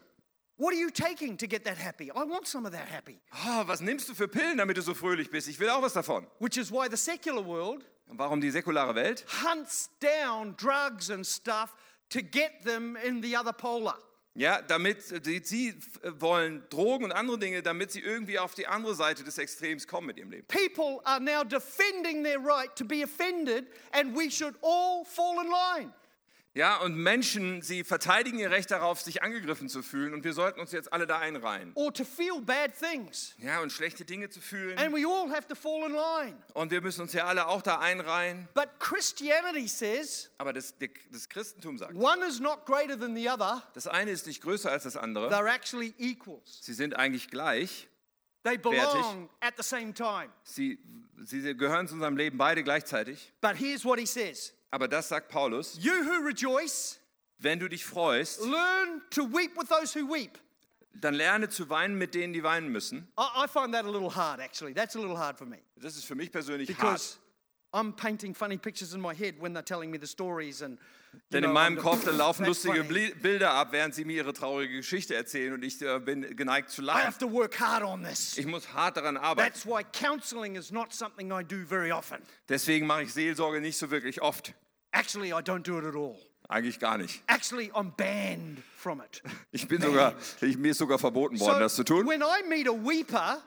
B: What are you taking to get that happy? I want some of that happy.
A: Ah, was nimmst du für Pillen, damit du so fröhlich bist? Ich will auch was davon.
B: Which is why the secular world
A: Und warum die säkulare Welt?
B: hunts down drugs and stuff to get them in the other polar.
A: Ja, damit äh, die, sie f- äh, wollen Drogen und andere Dinge, damit sie irgendwie auf die andere Seite des Extrems kommen mit ihrem Leben.
B: People are now defending their right to be offended, and we should all fall in line.
A: Ja, und Menschen, sie verteidigen ihr Recht darauf, sich angegriffen zu fühlen und wir sollten uns jetzt alle da einreihen.
B: or to feel bad things.
A: Ja, und schlechte Dinge zu fühlen
B: And we all have to fall in line.
A: und wir müssen uns ja alle auch da einreihen.
B: But Christianity says
A: Aber das, der- das Christentum sagt,
B: one is not greater than the other,
A: das eine ist nicht größer als das andere.
B: they're actually equals.
A: Sie sind eigentlich gleich.
B: They belong at the same time.
A: Sie, sie gehören zu unserem Leben beide gleichzeitig.
B: But here's what he says
A: Aber das sagt Paulus,
B: You who rejoice,
A: wenn du dich freust,
B: learn to weep with those who weep.
A: dann lerne zu weinen mit denen, die weinen müssen.
B: I, I find that a little hard, actually. That's a little hard for me
A: Das ist für mich persönlich hart.
B: because I'm painting funny pictures in my head when they're telling me the stories. And, you
A: Denn in
B: know,
A: meinem
B: I'm-
A: Kopf dann laufen
B: That's
A: lustige
B: funny.
A: Bli- Bilder ab, während sie mir ihre traurige Geschichte erzählen und ich äh, bin geneigt zu
B: I
A: lachen.
B: have to work hard on this.
A: Ich muss hart daran arbeiten.
B: That's why counseling is not something I do very often.
A: Deswegen mache ich Seelsorge nicht so wirklich oft.
B: Actually, I don't do it at all.
A: Eigentlich gar nicht.
B: Actually, I'm banned from it.
A: Ich bin sogar, ich, mir ist sogar verboten worden, das zu tun.
B: when I meet a weeper,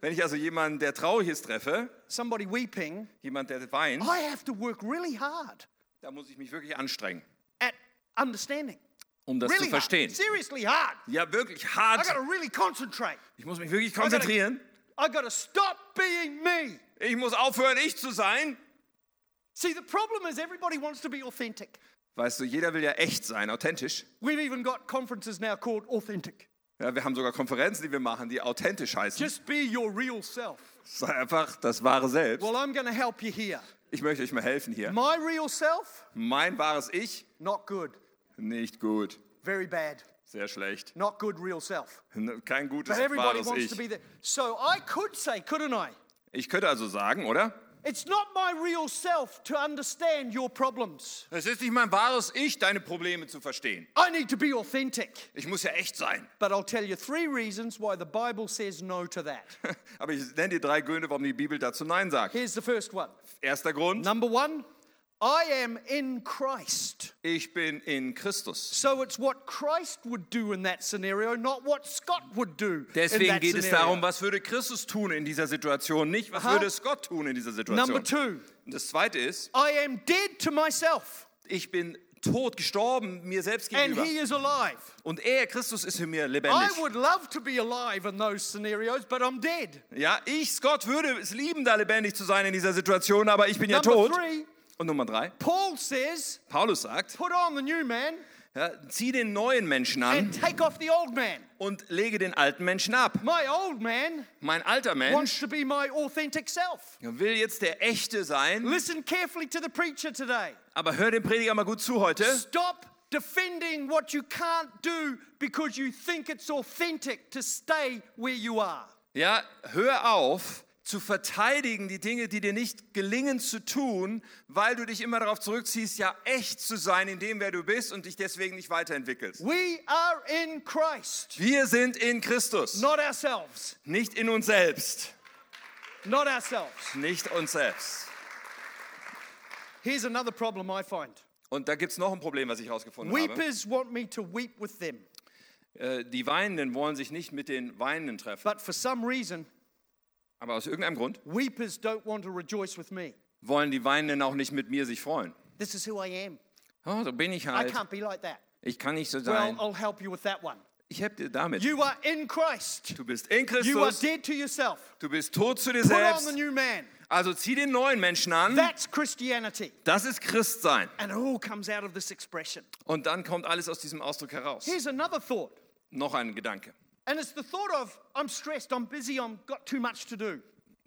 A: Wenn ich also jemanden, der traurig ist, treffe,
B: somebody weeping,
A: jemand, der weint,
B: I have to work really hard
A: da muss ich mich wirklich anstrengen,
B: at understanding.
A: um das
B: Really
A: zu
B: hard.
A: verstehen.
B: Seriously hard.
A: Ja, wirklich
B: I
A: hart.
B: got to really concentrate.
A: Ich muss mich wirklich konzentrieren.
B: I got to stop being me.
A: Ich muss aufhören, ich zu sein.
B: See, the problem is everybody wants to be authentic.
A: Weißt du, jeder will ja echt sein, authentisch.
B: We've even got conferences now called authentic.
A: Ja, wir haben sogar Konferenzen, die wir machen, die authentisch heißen.
B: Just be your real self.
A: Sei einfach das wahre Selbst.
B: Well, I'm going to help you here.
A: Ich möchte euch mal helfen hier.
B: My real self,
A: Mein wahres Ich?
B: not good.
A: Nicht gut.
B: Very bad.
A: Sehr schlecht.
B: Not good real self.
A: Kein gutes
B: But everybody
A: wahres
B: wants to be
A: Ich.
B: there. So I could say, couldn't I?
A: Ich könnte also sagen, oder?
B: It's not my real self to understand your problems.
A: Es ist nicht mein wahres Ich, deine Probleme zu verstehen.
B: I need to be authentic.
A: Ich muss ja echt sein.
B: But I'll tell you three reasons why the Bible says no to that.
A: Aber ich nenne dir drei Gründe, warum die Bibel dazu Nein sagt.
B: Here's the first one.
A: Erster Grund,
B: Number one, I am in Christ.
A: ich bin in Christus.
B: So it's what Christ would do in that scenario, not what Scott would do. in
A: Deswegen
B: that
A: geht es
B: scenario.
A: darum, was würde Christus tun in dieser Situation, nicht was
B: Aha.
A: würde Scott tun in dieser
B: Number
A: Situation.
B: two,
A: Und das Zweite ist,
B: I am dead to myself,
A: ich bin tot, gestorben mir selbst
B: and
A: gegenüber.
B: he is alive.
A: Und er, Christus, ist in mir lebendig.
B: I would love to be alive in those scenarios, but I'm dead.
A: Ja, ich, Scott, würde es lieben, da lebendig zu sein in dieser Situation, aber ich bin ja
B: Number
A: tot.
B: three,
A: Und Nummer drei,
B: Paul says,
A: Paulus sagt,
B: put on the new man
A: ja, zieh den neuen Menschen an
B: and take off the old man.
A: und lege den alten Menschen ab.
B: My old man
A: Mein alter
B: wants
A: Mensch
B: to be my authentic self.
A: will jetzt der Echte sein,
B: Listen carefully to the preacher today.
A: aber hör dem Prediger mal gut zu heute.
B: Stop defending what you can't do because you think it's authentic to stay where you are.
A: Ja, hör auf zu verteidigen, die Dinge, die dir nicht gelingen zu tun, weil du dich immer darauf zurückziehst, ja echt zu sein in dem, wer du bist und dich deswegen nicht weiterentwickelst.
B: We are in Christ,
A: Wir sind in Christus,
B: not ourselves.
A: nicht in uns selbst,
B: Not ourselves.
A: nicht uns selbst.
B: Here's another problem I find
A: Und da gibt es noch ein Problem, was ich herausgefunden habe.
B: weepers want me to weep with them,
A: Äh, die Weinenden wollen sich nicht mit den Weinenden treffen.
B: but for some reason,
A: Aber aus irgendeinem Grund
B: weepers don't want to rejoice with me.
A: wollen die Weinenden auch nicht mit mir sich freuen.
B: This is who I am.
A: Oh, so bin ich
B: I
A: halt.
B: can't be like that.
A: Ich kann nicht so
B: Well,
A: sein.
B: I'll help you with that one.
A: Ich helfe dir damit.
B: You are in Christ.
A: Du bist in
B: You are
A: Christus,
B: dead to yourself.
A: du bist tot zu dir
B: Put on the
A: selbst.
B: new man.
A: Also zieh den neuen Menschen an.
B: That's Christianity.
A: Das ist Christsein.
B: And it all comes out of this expression.
A: Und dann kommt alles aus diesem Ausdruck heraus.
B: Here's another thought.
A: Noch ein Gedanke.
B: And it's the thought of, I'm stressed, I'm busy, I've got too much to do.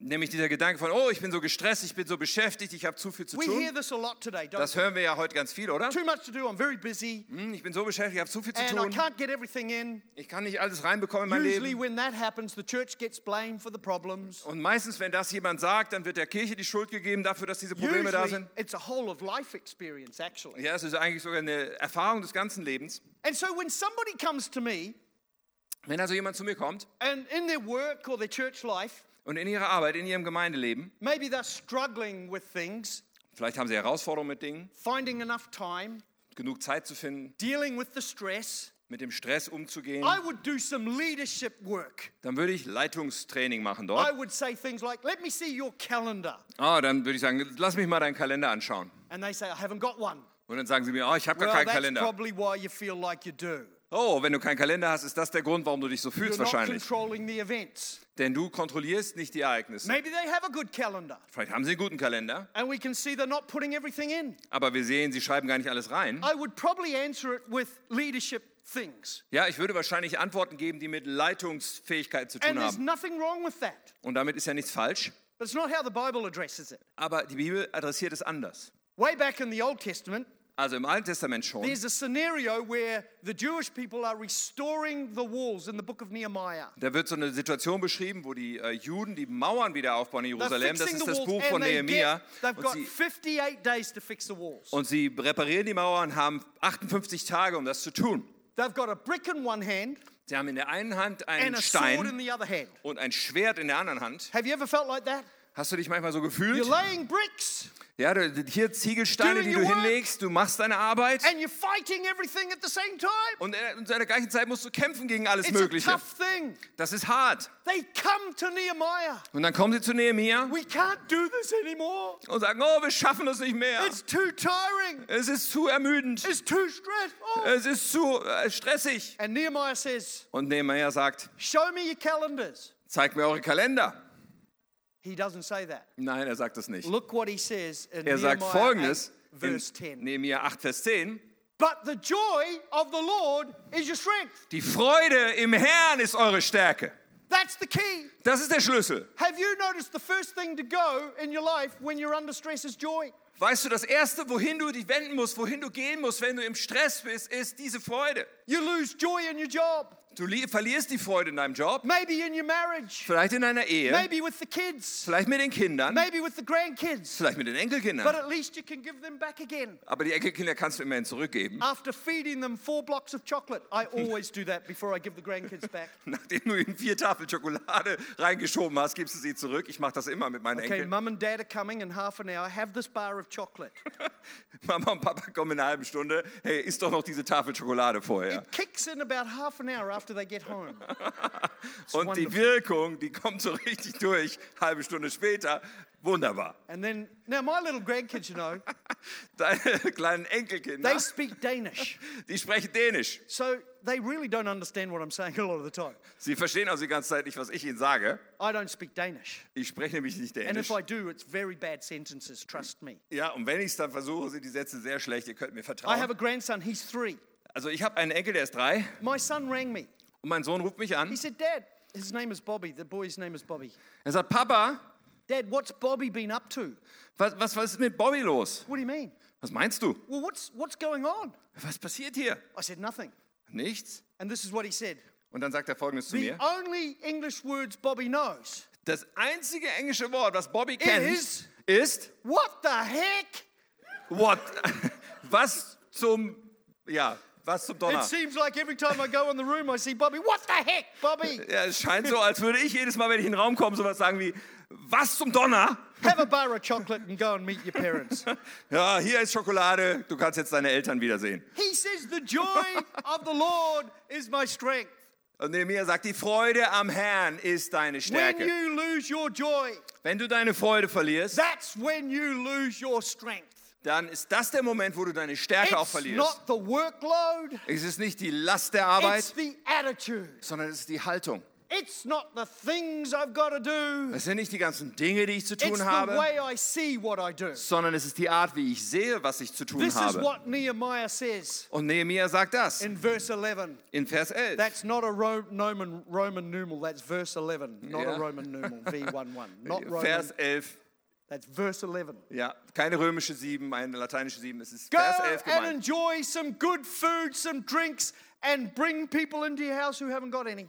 A: Nämlich dieser Gedanke von, oh, ich bin so gestresst, ich bin so beschäftigt, ich habe zu viel zu
B: We hear
A: tun.
B: this a lot today, don't
A: Das
B: we?
A: hören wir ja heute ganz viel, oder?
B: Too much to do, I'm very busy,
A: Hm, Ich bin so beschäftigt, ich habe zu viel zu
B: and I
A: tun.
B: can't get everything in.
A: Ich kann nicht alles reinbekommen in mein
B: Äh, Usually,
A: Leben.
B: when that happens, the church gets blamed for the problems.
A: Und meistens, wenn das jemand sagt, dann wird der Kirche die Schuld gegeben dafür, dass diese Probleme da
B: Usually,
A: sind.
B: it's a whole of life experience, actually.
A: Ja, es ist eigentlich sogar eine Erfahrung des ganzen Lebens.
B: And so, when somebody comes to me,
A: Wenn also jemand zu mir kommt
B: and in their work or their church life,
A: und in ihrer Arbeit, in ihrem Gemeindeleben,
B: maybe they're struggling with things,
A: vielleicht haben sie Herausforderungen mit Dingen,
B: finding enough time,
A: genug Zeit zu finden,
B: dealing with the stress,
A: mit dem Stress umzugehen,
B: I would do some leadership work.
A: dann würde ich Leitungstraining machen
B: I
A: dort.
B: would say things like, Let me see your calendar.
A: Ah, dann würde ich sagen, lass mich mal deinen Kalender anschauen.
B: And they say, I haven't got one.
A: Und dann sagen sie mir, oh, ich habe gar
B: Well,
A: keinen
B: that's
A: Kalender.
B: probably why you feel like you do.
A: Oh, wenn du keinen Kalender hast, ist das der Grund, warum du dich so
B: You're
A: fühlst
B: not
A: wahrscheinlich.
B: controlling the events.
A: Denn du kontrollierst nicht die Ereignisse.
B: Maybe they have a good calendar.
A: Vielleicht haben sie einen guten Kalender,
B: And we can see they're not putting everything in.
A: aber wir sehen, sie schreiben gar nicht alles rein.
B: I would probably answer it with leadership things.
A: Ja, ich würde wahrscheinlich Antworten geben, die mit Leitungsfähigkeit zu
B: And
A: tun
B: there's
A: haben.
B: nothing wrong with that.
A: Und damit ist ja nichts falsch.
B: But it's not how the Bible addresses it.
A: Aber die Bibel adressiert es anders.
B: Way back in the Old Testament,
A: Also im Alten Testament schon.
B: there's a scenario where the Jewish people are restoring the walls in the book of Nehemiah.
A: Da wird so eine Situation beschrieben, wo die äh, Juden die Mauern wieder aufbauen in
B: They're
A: Jerusalem. Das
B: fixing
A: ist
B: the
A: das Buch
B: walls
A: von
B: and they
A: Nehemia.
B: get, they've
A: Und
B: got
A: sie,
B: 58 days to fix the walls.
A: und sie reparieren die Mauern, haben 58 Tage, um das zu tun.
B: They've got a brick in one hand
A: Sie haben in der einen Hand
B: and
A: einen
B: a sword in
A: Stein
B: the other hand.
A: und ein Schwert in der anderen Hand.
B: Have you ever felt like that?
A: Hast du dich manchmal so
B: You're
A: gefühlt?
B: laying bricks
A: Ja, du, hier Ziegelsteine,
B: Doing
A: die
B: your
A: du
B: work.
A: hinlegst, du machst deine Arbeit.
B: and you're fighting everything at the same time.
A: Und äh, und zu einer gleichen Zeit musst du kämpfen gegen alles
B: It's a
A: Mögliche.
B: tough thing.
A: Das ist hart.
B: They come to Nehemiah.
A: Und dann kommen sie zu Nehemia
B: We can't do this anymore.
A: und sagen, oh, wir schaffen das nicht mehr.
B: It's too tiring.
A: Es ist zu ermüdend.
B: It's too stressful.
A: Es ist zu äh, stressig.
B: And Nehemiah says,
A: Und Nehemia sagt,
B: Show me your calendars.
A: zeig mir eure Kalender.
B: He doesn't say that.
A: Nein, er sagt das nicht.
B: Look what he says in
A: Er sagt
B: Nehemiah 8,
A: folgendes
B: verse
A: in
B: 10.
A: Nehemia 8, Vers 10.
B: But the joy of the Lord is your strength.
A: Die Freude im Herrn ist eure Stärke.
B: That's the key.
A: Das ist der Schlüssel.
B: Have you noticed the first thing to go in your life when you're under stress is joy?
A: Weißt du, das Erste, wohin du dich wenden musst, wohin du gehen musst, wenn du im Stress bist, ist diese Freude.
B: You lose joy in your job,
A: Du li- verlierst die Freude in deinem Job,
B: maybe in your marriage,
A: vielleicht in deiner Ehe,
B: maybe with the kids,
A: vielleicht mit den Kindern,
B: maybe with the grandkids.
A: vielleicht mit den
B: But uh,
A: Enkelkindern.
B: at least you can give them back again.
A: Aber die Enkelkinder kannst du immerhin zurückgeben.
B: After feeding them four blocks of chocolate, I always do that before I give the grandkids back.
A: Nachdem du ihnen vier Tafeln Schokolade reingeschoben hast, gibst du sie zurück. Ich mache das immer mit meinen
B: Okay,
A: Enkeln.
B: mum and dad are coming in half an hour. Have this bar of chocolate.
A: Mama und Papa kommen in einer halben Stunde. Hey, isst doch noch diese Tafel Schokolade vorher.
B: It kicks in about half an hour after they get home.
A: Und die
B: wonderful.
A: Wirkung, die kommt so richtig durch. Halbe Stunde später, wunderbar.
B: And then, now my little grandkids, you know,
A: Deine kleinen
B: they
A: Enkelkinder,
B: speak Danish.
A: die sprechen Dänisch.
B: So they really don't understand what I'm saying a lot of the time.
A: Sie verstehen also die ganze Zeit nicht, was ich ihnen sage.
B: I don't speak Danish.
A: Ich spreche nämlich nicht
B: And if
A: Dänisch.
B: I do, it's very bad sentences, trust me.
A: Ja, und wenn ich es dann versuche, sind die Sätze sehr schlecht. Ihr könnt mir
B: I have
A: vertrauen.
B: a grandson, he's three.
A: Also ich habe einen Enkel, der ist drei.
B: My son rang me.
A: Und mein Sohn ruft mich an.
B: He said, Dad, his name is Bobby. The boy's name is Bobby.
A: Er sagt, Papa,
B: Dad, what's Bobby been up to?
A: was, was, was ist mit Bobby los?
B: What do you mean?
A: Was meinst du?
B: Well, what's, what's going on?
A: Was passiert hier?
B: I said, Nothing.
A: Nichts.
B: And this is what he said
A: Und dann sagt er folgendes zu
B: The
A: mir.
B: only English words Bobby knows
A: Das einzige englische Wort, was Bobby kennt,
B: Is-
A: ist
B: What the heck?
A: what? Was zum ja, was zum Donner?
B: It seems like every time I go in the room, I see Bobby. What the heck, Bobby?
A: Ja, es scheint so, als würde ich jedes Mal, wenn ich in den Raum komme, sowas sagen wie was zum Donner?
B: Have a bar of chocolate and go and meet your parents.
A: Ja, hier ist Schokolade. Du kannst jetzt deine Eltern wiedersehen.
B: He says, The joy of the Lord is my strength.
A: Und Nehemiah sagt, die Freude am Herrn ist deine
B: When
A: Stärke.
B: you lose your joy,
A: Wenn du deine Freude verlierst,
B: that's when you lose your strength.
A: dann ist das der Moment, wo du deine Stärke auch
B: It's
A: verlierst.
B: not the workload,
A: Es ist nicht die Last der
B: it's
A: Arbeit,
B: the attitude.
A: sondern es ist die Haltung.
B: It's not the things I've got to do,
A: Es sind nicht die ganzen Dinge, die ich zu
B: it's
A: tun
B: the
A: habe,
B: way I see what I do.
A: sondern es ist die Art, wie ich sehe, was ich zu tun
B: This is
A: habe.
B: what Nehemiah says
A: Und Nehemiah sagt das
B: in verse 11.
A: in Vers 11.
B: That's not a Ro- Roman, Roman numeral, that's verse 11, not
A: Yeah.
B: a Roman numeral, V11. Not Roman,
A: Vers 11.
B: that's verse 11.
A: Ja, keine römische 7, eine lateinische 7, es ist
B: Go
A: Vers 11
B: and
A: gemeint.
B: enjoy some good food, some drinks, and bring people into your house who haven't got any.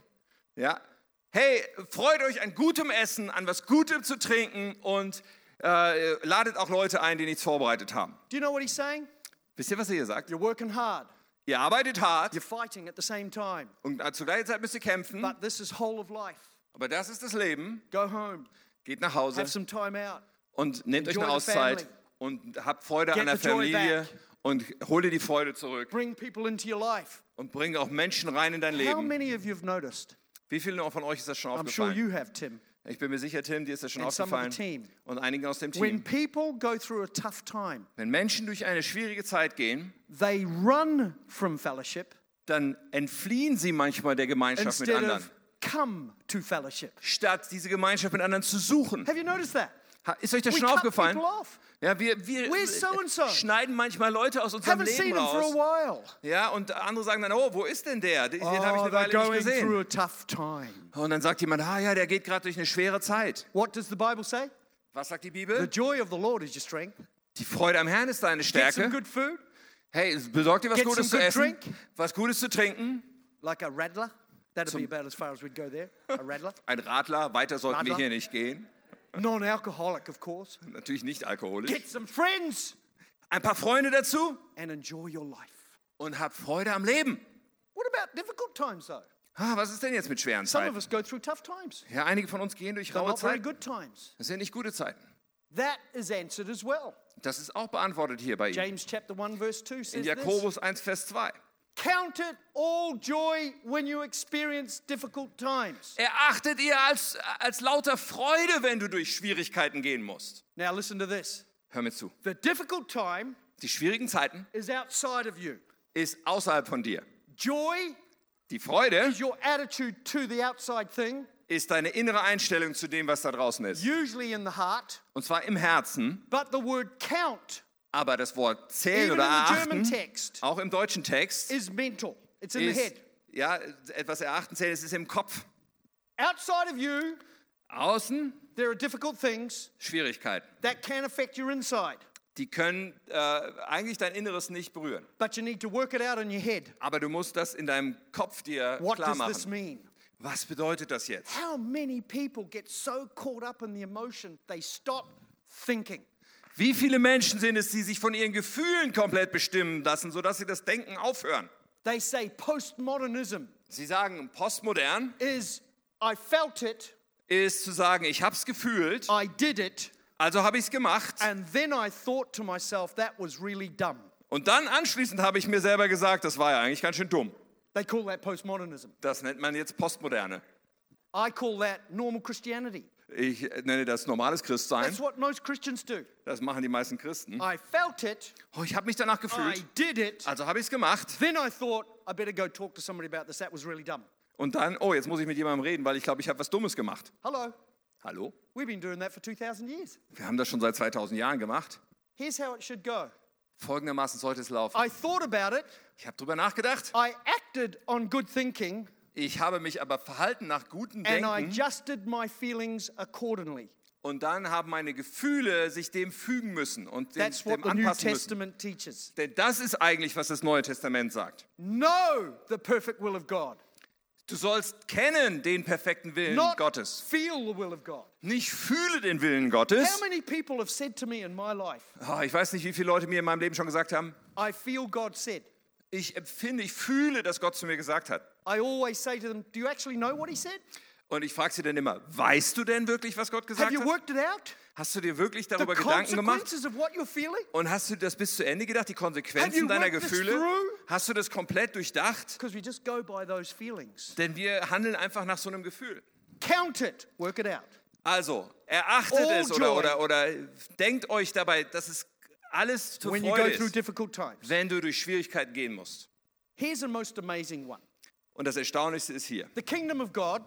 A: Ja. Hey, freut euch an gutem Essen, an was Gutem zu trinken und äh, ladet auch Leute ein, die nichts vorbereitet haben.
B: Do you know what he's saying?
A: Wisst ihr, was er hier sagt?
B: You're working hard,
A: Ihr arbeitet hart
B: you're fighting at the same time,
A: und zur gleichen Zeit müsst ihr kämpfen,
B: but this is whole of life.
A: aber das ist das Leben.
B: Go home,
A: Geht nach Hause
B: have some time out.
A: und nehmt euch
B: enjoy
A: eine
B: the
A: Auszeit
B: family.
A: und habt Freude an
B: Get
A: der
B: the joy
A: Familie
B: back.
A: und hol dir die Freude zurück
B: Bring people into your life.
A: und bring auch Menschen rein in dein
B: How
A: Leben.
B: many of you have noticed?
A: Wie vielen von euch ist das schon
B: I'm sure
A: aufgefallen?
B: you have, Tim.
A: Ich bin mir sicher, Tim, dir ist das schon
B: And some of the
A: aufgefallen
B: team.
A: und einigen aus dem
B: When
A: Team.
B: people go through a tough time,
A: Wenn Menschen durch eine schwierige Zeit gehen,
B: they run from fellowship
A: dann entfliehen sie manchmal der Gemeinschaft mit
B: instead
A: anderen,
B: of come to fellowship.
A: statt diese Gemeinschaft mit anderen zu suchen.
B: Have you noticed that?
A: Ha- Ist euch das
B: We
A: schon
B: cut
A: aufgefallen?
B: people off.
A: Ja, wir, wir
B: Where's so and so?
A: schneiden manchmal Leute aus unserem
B: Haven't seen
A: Leben
B: them for a
A: raus.
B: while.
A: Ja, und andere sagen dann, oh, wo ist denn der? Den den habe ich
B: Oh,
A: eine
B: they're
A: Weile
B: going
A: nicht
B: through
A: gesehen.
B: a tough time.
A: Und dann sagt jemand, ah ja, der geht gerade durch eine schwere Zeit.
B: What does the Bible say?
A: Was sagt die
B: The
A: Bibel?
B: joy of the Lord is your strength.
A: Die Freude am Herrn ist deine
B: Get some
A: Stärke.
B: good food,
A: Hey, besorgt dir was
B: Get
A: Gutes zu
B: some
A: essen,
B: good
A: was Gutes zu trinken.
B: like a rattler. That'd be about as far as we'd go there. A rattler.
A: Ein Radler, weiter sollten wir
B: Radler.
A: hier nicht gehen.
B: Non alcoholic, of course.
A: Natürlich nicht alkoholisch.
B: Get some friends
A: Ein paar Freunde dazu
B: and enjoy your life.
A: und hab Freude am Leben.
B: What about difficult times, though?
A: Ah, was ist denn jetzt mit schweren
B: Some
A: Zeiten?
B: of us go through tough times,
A: Ja, einige von uns gehen durch
B: but
A: raue
B: not very
A: Zeiten.
B: good times.
A: Das sind nicht gute Zeiten.
B: That is answered as well.
A: Das ist auch beantwortet hier bei ihm.
B: James chapter 1 verse 2
A: In
B: says this,
A: Jakobus 1, Vers 2.
B: count it all joy when you experience difficult times.
A: Erachtet ihr als, als lauter Freude, wenn du durch Schwierigkeiten gehen musst.
B: Now listen to this.
A: Hör mir zu.
B: The difficult time
A: Die schwierigen Zeiten
B: is outside of you.
A: ist außerhalb von dir.
B: Joy
A: Die Freude
B: is your attitude to the outside thing,
A: ist deine innere Einstellung zu dem, was da draußen ist.
B: usually in the heart,
A: Und zwar im Herzen,
B: but the word count,
A: aber das Wort zählen
B: even in
A: oder
B: the German
A: erachten,
B: text,
A: auch im deutschen Text,
B: is mental. It's in the head.
A: ist, ja, etwas erachten, zählen, es ist im Kopf.
B: Outside of you,
A: Außen
B: there are difficult things
A: Schwierigkeiten.
B: that can affect your inside,
A: Die können äh, eigentlich dein Inneres nicht berühren.
B: but you need to work it out in your head.
A: Aber du musst das in deinem Kopf dir
B: What
A: klar
B: does this
A: machen.
B: mean?
A: Was bedeutet das jetzt?
B: How many people get so caught up in the emotion they stop thinking?
A: Wie viele Menschen sind es, die sich von ihren Gefühlen komplett bestimmen lassen, sodass sie das Denken aufhören?
B: They say postmodernism
A: Sie sagen, postmodern
B: is I felt it,
A: ist zu sagen, ich hab's gefühlt,
B: I did it,
A: also habe ich's gemacht.
B: and then I thought to myself that was really dumb.
A: Und dann anschließend habe ich mir selber gesagt, das war ja eigentlich ganz schön dumm.
B: They call that postmodernism.
A: Das nennt man jetzt Postmoderne.
B: I call that normal Christianity.
A: Ich nenne das normales Christsein.
B: That's what most Christians do.
A: Das machen die meisten Christen.
B: I felt it,
A: Oh, ich habe mich danach
B: I
A: gefühlt,
B: did it,
A: also habe ich's gemacht.
B: then I thought I better go talk to somebody about this. That was really dumb.
A: Und dann, oh, jetzt muss ich mit jemandem reden, weil ich glaube, ich habe was Dummes gemacht.
B: Hello,
A: Hallo?
B: we've been doing that for 2,000 years.
A: Wir haben das schon seit 2000 Jahren gemacht.
B: Here's how it should go
A: Folgendermaßen sollte es laufen.
B: I thought about it.
A: Ich habe drüber nachgedacht.
B: I acted on good thinking
A: Ich habe mich aber verhalten nach gutem
B: and I
A: Denken
B: adjusted my feelings accordingly.
A: und dann haben meine Gefühle sich dem fügen müssen und dem,
B: That's what
A: dem
B: the New
A: anpassen müssen.
B: Testament teaches.
A: Denn das ist eigentlich, was das Neue Testament sagt.
B: Know the perfect will of God.
A: Du sollst kennen den perfekten Willen
B: not
A: Gottes.
B: feel the will of God.
A: Nicht fühle den Willen Gottes.
B: How many people have said to me in my life,
A: Ah, ich weiß nicht, wie viele Leute mir in meinem Leben schon gesagt haben,
B: I feel God said?
A: ich empfinde, ich fühle, dass Gott zu mir gesagt hat.
B: I always say to them, Do you actually know what He said?
A: Und ich frage sie dann immer, weißt du denn wirklich, was Gott
B: Have
A: gesagt
B: you
A: hat?
B: worked it out?
A: Hast du dir wirklich
B: The
A: darüber Gedanken gemacht?
B: consequences of what you're feeling?
A: Und hast du das bis zu Ende gedacht, die
B: Have you
A: Konsequenzen deiner
B: worked this
A: Gefühle?
B: through?
A: Hast du das komplett durchdacht?
B: Because we just go by those feelings.
A: Denn wir handeln einfach nach so einem Gefühl.
B: Count it, work it out.
A: Also, erachtet
B: All
A: es oder,
B: joy.
A: oder, oder denkt euch dabei, dass es alles zur
B: When you go
A: Freude
B: through
A: ist,
B: difficult times.
A: wenn du durch Schwierigkeiten gehen musst.
B: Here's the most amazing one
A: Und das Erstaunlichste ist hier,
B: the kingdom of God,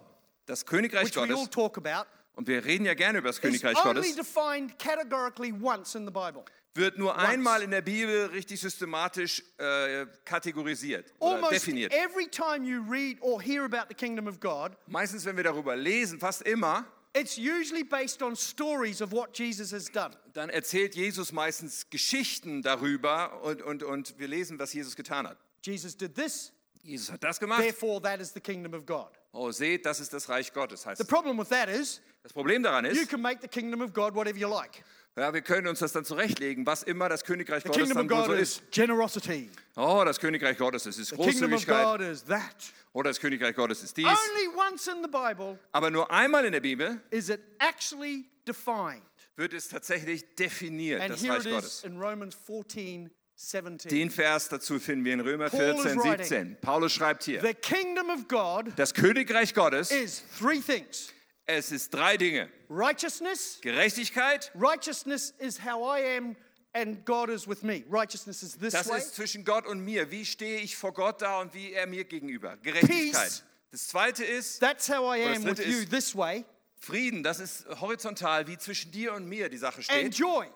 A: das Königreich
B: which we all
A: Gottes,
B: talk about,
A: und wir reden ja gerne über das
B: is
A: Königreich
B: only
A: Gottes,
B: defined categorically once in the Bible.
A: wird nur einmal in der Bibel richtig systematisch äh, kategorisiert oder
B: Almost
A: definiert.
B: every time you read or hear about the kingdom of God,
A: Meistens, wenn wir darüber lesen, fast immer,
B: it's usually based on stories of what Jesus has done.
A: dann erzählt Jesus meistens Geschichten darüber und, und, und wir lesen, was Jesus getan hat.
B: Jesus did this,
A: Jesus hat das gemacht.
B: therefore that is the kingdom of God.
A: Oh, seht, das ist das Reich Gottes, heißt
B: The
A: es.
B: problem with that is
A: Das Problem daran
B: you
A: ist,
B: can make the kingdom of God whatever you like.
A: ja, wir können uns das dann zurechtlegen, was immer das Königreich
B: The
A: Gottes
B: kingdom of
A: dann wohl
B: God
A: so
B: is
A: ist.
B: generosity.
A: Oh, das Königreich Gottes, das ist
B: The kingdom of
A: Großzügigkeit.
B: God is that.
A: Oder das Königreich Gottes ist dies.
B: Only once in the Bible
A: Aber nur einmal in der Bibel
B: is it actually defined.
A: wird es tatsächlich definiert,
B: And
A: das
B: here
A: Reich
B: it is
A: Gottes.
B: in Romans 14, 17.
A: Den Vers dazu finden wir in Römer
B: Paul is
A: 14,
B: writing.
A: 17. Paulus schreibt hier,
B: The kingdom of God
A: das Königreich Gottes,
B: is three things
A: es ist drei Dinge.
B: righteousness.
A: Gerechtigkeit,
B: Righteousness is how I am, and God is with me. Righteousness is this
A: das
B: way.
A: ist zwischen Gott und mir. Wie stehe ich vor Gott da und wie er mir gegenüber? Gerechtigkeit.
B: Peace.
A: Das zweite ist
B: That's how I
A: Oder das
B: am with
A: dritte
B: you
A: ist-
B: this way.
A: Frieden. Das ist horizontal, wie zwischen dir und mir die Sache
B: And
A: steht.
B: joy.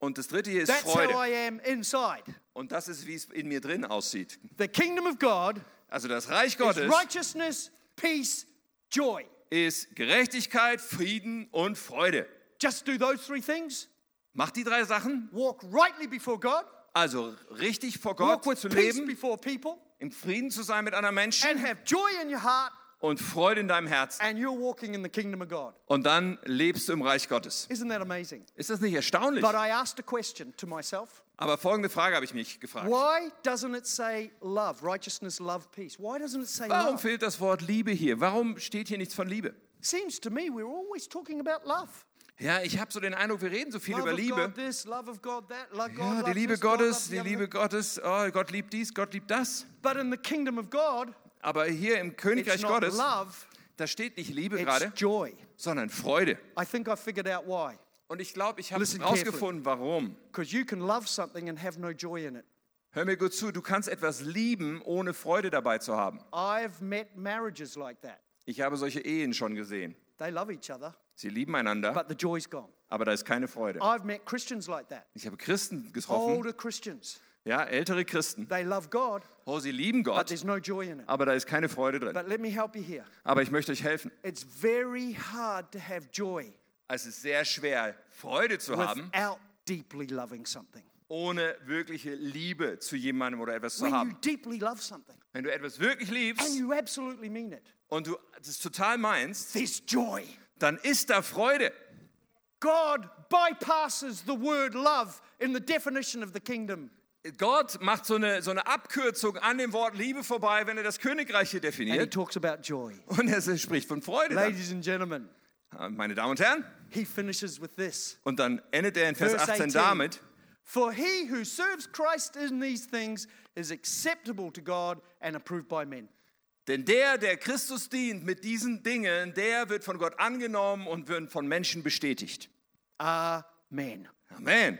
A: Und das dritte hier ist
B: That's how I
A: Freude.
B: am inside.
A: Und das ist, wie es in mir drin aussieht.
B: The kingdom of God
A: Also das Reich
B: is
A: Gottes
B: righteousness, peace, joy.
A: ist Gerechtigkeit, Frieden und Freude.
B: Just do those three things.
A: Mach die drei Sachen.
B: Walk rightly before God.
A: Also richtig vor
B: Walk
A: Gott
B: with
A: zu
B: peace
A: leben,
B: before people.
A: im Frieden zu sein mit anderen Menschen
B: And have joy in your heart.
A: und Freude in deinem Herzen.
B: And you're walking in the kingdom of God.
A: Und dann lebst du im Reich Gottes.
B: Isn't that amazing?
A: Ist das nicht erstaunlich?
B: But I asked a question to myself.
A: Aber folgende Frage habe ich mich gefragt.
B: Why doesn't it say love, righteousness, love, peace? Why doesn't it say
A: Warum
B: love?
A: fehlt das Wort Liebe hier? Warum steht hier nichts von Liebe?
B: Seems to me we're always talking about love.
A: Ja, ich habe so den Eindruck, wir reden so viel
B: Love
A: über
B: of
A: Liebe.
B: God this, love of God that, love God,
A: Ja, die
B: love
A: Liebe
B: this, God, love
A: Gottes,
B: the
A: die
B: other.
A: Liebe Gottes. Oh, Gott liebt dies, Gott liebt das.
B: But in the kingdom of God,
A: Aber hier im Königreich
B: it's not
A: Gottes,
B: love,
A: da steht nicht Liebe
B: it's
A: gerade,
B: joy.
A: sondern Freude.
B: I think I figured out why.
A: Und ich glaube, ich habe
B: Listen
A: herausgefunden, warum.
B: Because you can love something and have no joy in it.
A: Hör mir gut zu, du kannst etwas lieben, ohne Freude dabei zu haben.
B: I've met marriages like that.
A: Ich habe solche Ehen schon gesehen.
B: They love each other,
A: Sie lieben einander,
B: but Oh. the joy's gone.
A: aber da ist keine Freude.
B: I've met Christians like that.
A: Ich habe Christen getroffen,
B: Older Christians.
A: ja, ältere Christen.
B: They love God,
A: Oh, sie lieben
B: but
A: Gott,
B: there's no joy in it.
A: aber da ist keine Freude drin.
B: But let me help you here.
A: Aber ich möchte euch helfen.
B: It's very hard to have joy
A: Es ist Also sehr schwer, Freude zu haben,
B: without deeply loving something.
A: ohne wirkliche Liebe zu jemandem oder etwas zu
B: When you
A: haben.
B: deeply love something
A: Wenn du etwas wirklich
B: and
A: liebst
B: you absolutely mean it,
A: und du das total meinst,
B: there's joy.
A: dann ist da Freude.
B: God bypasses the word love in the definition of the kingdom.
A: Gott macht so eine, so eine Abkürzung an dem Wort Liebe vorbei, wenn er das Königreich hier
B: And he
A: definiert.
B: talks about joy.
A: Und er spricht von Freude.
B: Ladies and gentlemen,
A: Dann. Meine Damen und Herren.
B: he finishes with this.
A: Und dann endet er in Vers
B: Verse
A: 18
B: 18.
A: damit.
B: For he who serves Christ in these things is acceptable to God and approved by men.
A: Denn der, der Christus dient mit diesen Dingen, der wird von Gott angenommen und wird von Menschen bestätigt.
B: Amen.
A: Amen.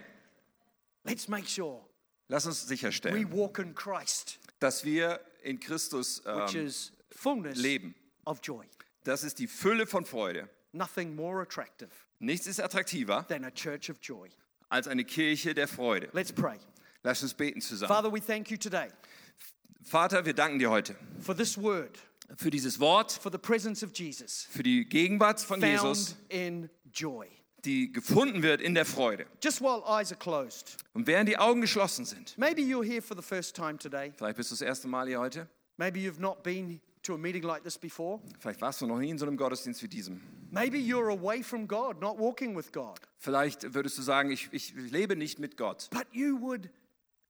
B: Let's make sure
A: Lass uns
B: we
A: sicherstellen,
B: walk in Christ,
A: dass wir in Christus
B: which
A: ähm,
B: is fullness
A: leben.
B: of joy.
A: Das ist die Fülle von Freude.
B: Nothing more attractive
A: Nichts ist attraktiver
B: than a church of joy.
A: als eine Kirche der Freude.
B: Let's pray.
A: Lass uns beten zusammen.
B: Father, we thank you today
A: Vater, wir danken dir heute
B: for this word,
A: für dieses Wort,
B: for the presence of Jesus
A: für die Gegenwart von
B: found
A: Jesus,
B: in joy.
A: die gefunden wird in der Freude.
B: Just while eyes are closed,
A: Und während die Augen geschlossen sind,
B: maybe you're here for the first time today
A: vielleicht bist du das erste Mal hier heute,
B: Maybe you've not been to a meeting like this before.
A: Vielleicht warst du noch nie in so einem Gottesdienst wie diesem.
B: Maybe you're away from God, not walking with God.
A: Vielleicht würdest du sagen, ich, ich lebe nicht mit Gott.
B: But you would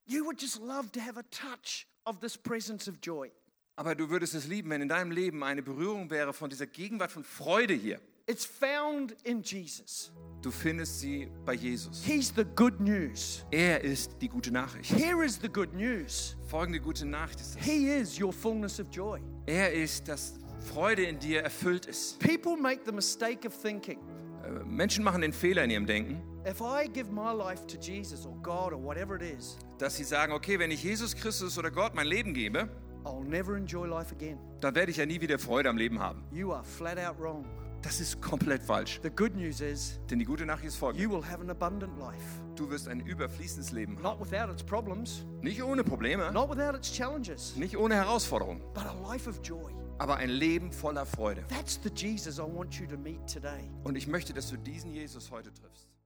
B: you would just love to have a touch of this presence of joy.
A: Aber du würdest es lieben, wenn in deinem Leben eine Berührung wäre von dieser Gegenwart von Freude hier.
B: It's found in Jesus.
A: Du findest sie bei Jesus.
B: He's the good news.
A: Er ist die gute Nachricht.
B: Here is the good news.
A: Folgende gute Nachricht ist, dass
B: He is your fullness of joy.
A: er ist, dass Freude in dir erfüllt ist.
B: People make the mistake of thinking
A: Äh, Menschen machen den Fehler in ihrem Denken,
B: if I give my life to Jesus or God or whatever it is,
A: dass sie sagen, okay, wenn ich Jesus Christus oder Gott mein Leben gebe,
B: I'll never enjoy life again.
A: dann werde ich ja nie wieder Freude am Leben haben.
B: You are flat out wrong.
A: Das ist komplett falsch.
B: The good news is
A: Denn die gute Nachricht ist folgende.
B: you will have an abundant life.
A: Du wirst ein überfließendes Leben haben.
B: Not without its problems,
A: Nicht ohne Probleme,
B: not without its challenges,
A: nicht ohne Herausforderungen,
B: but a life of joy.
A: aber ein Leben voller Freude.
B: That's the Jesus I want you to meet today.
A: Und ich möchte, dass du diesen Jesus heute triffst.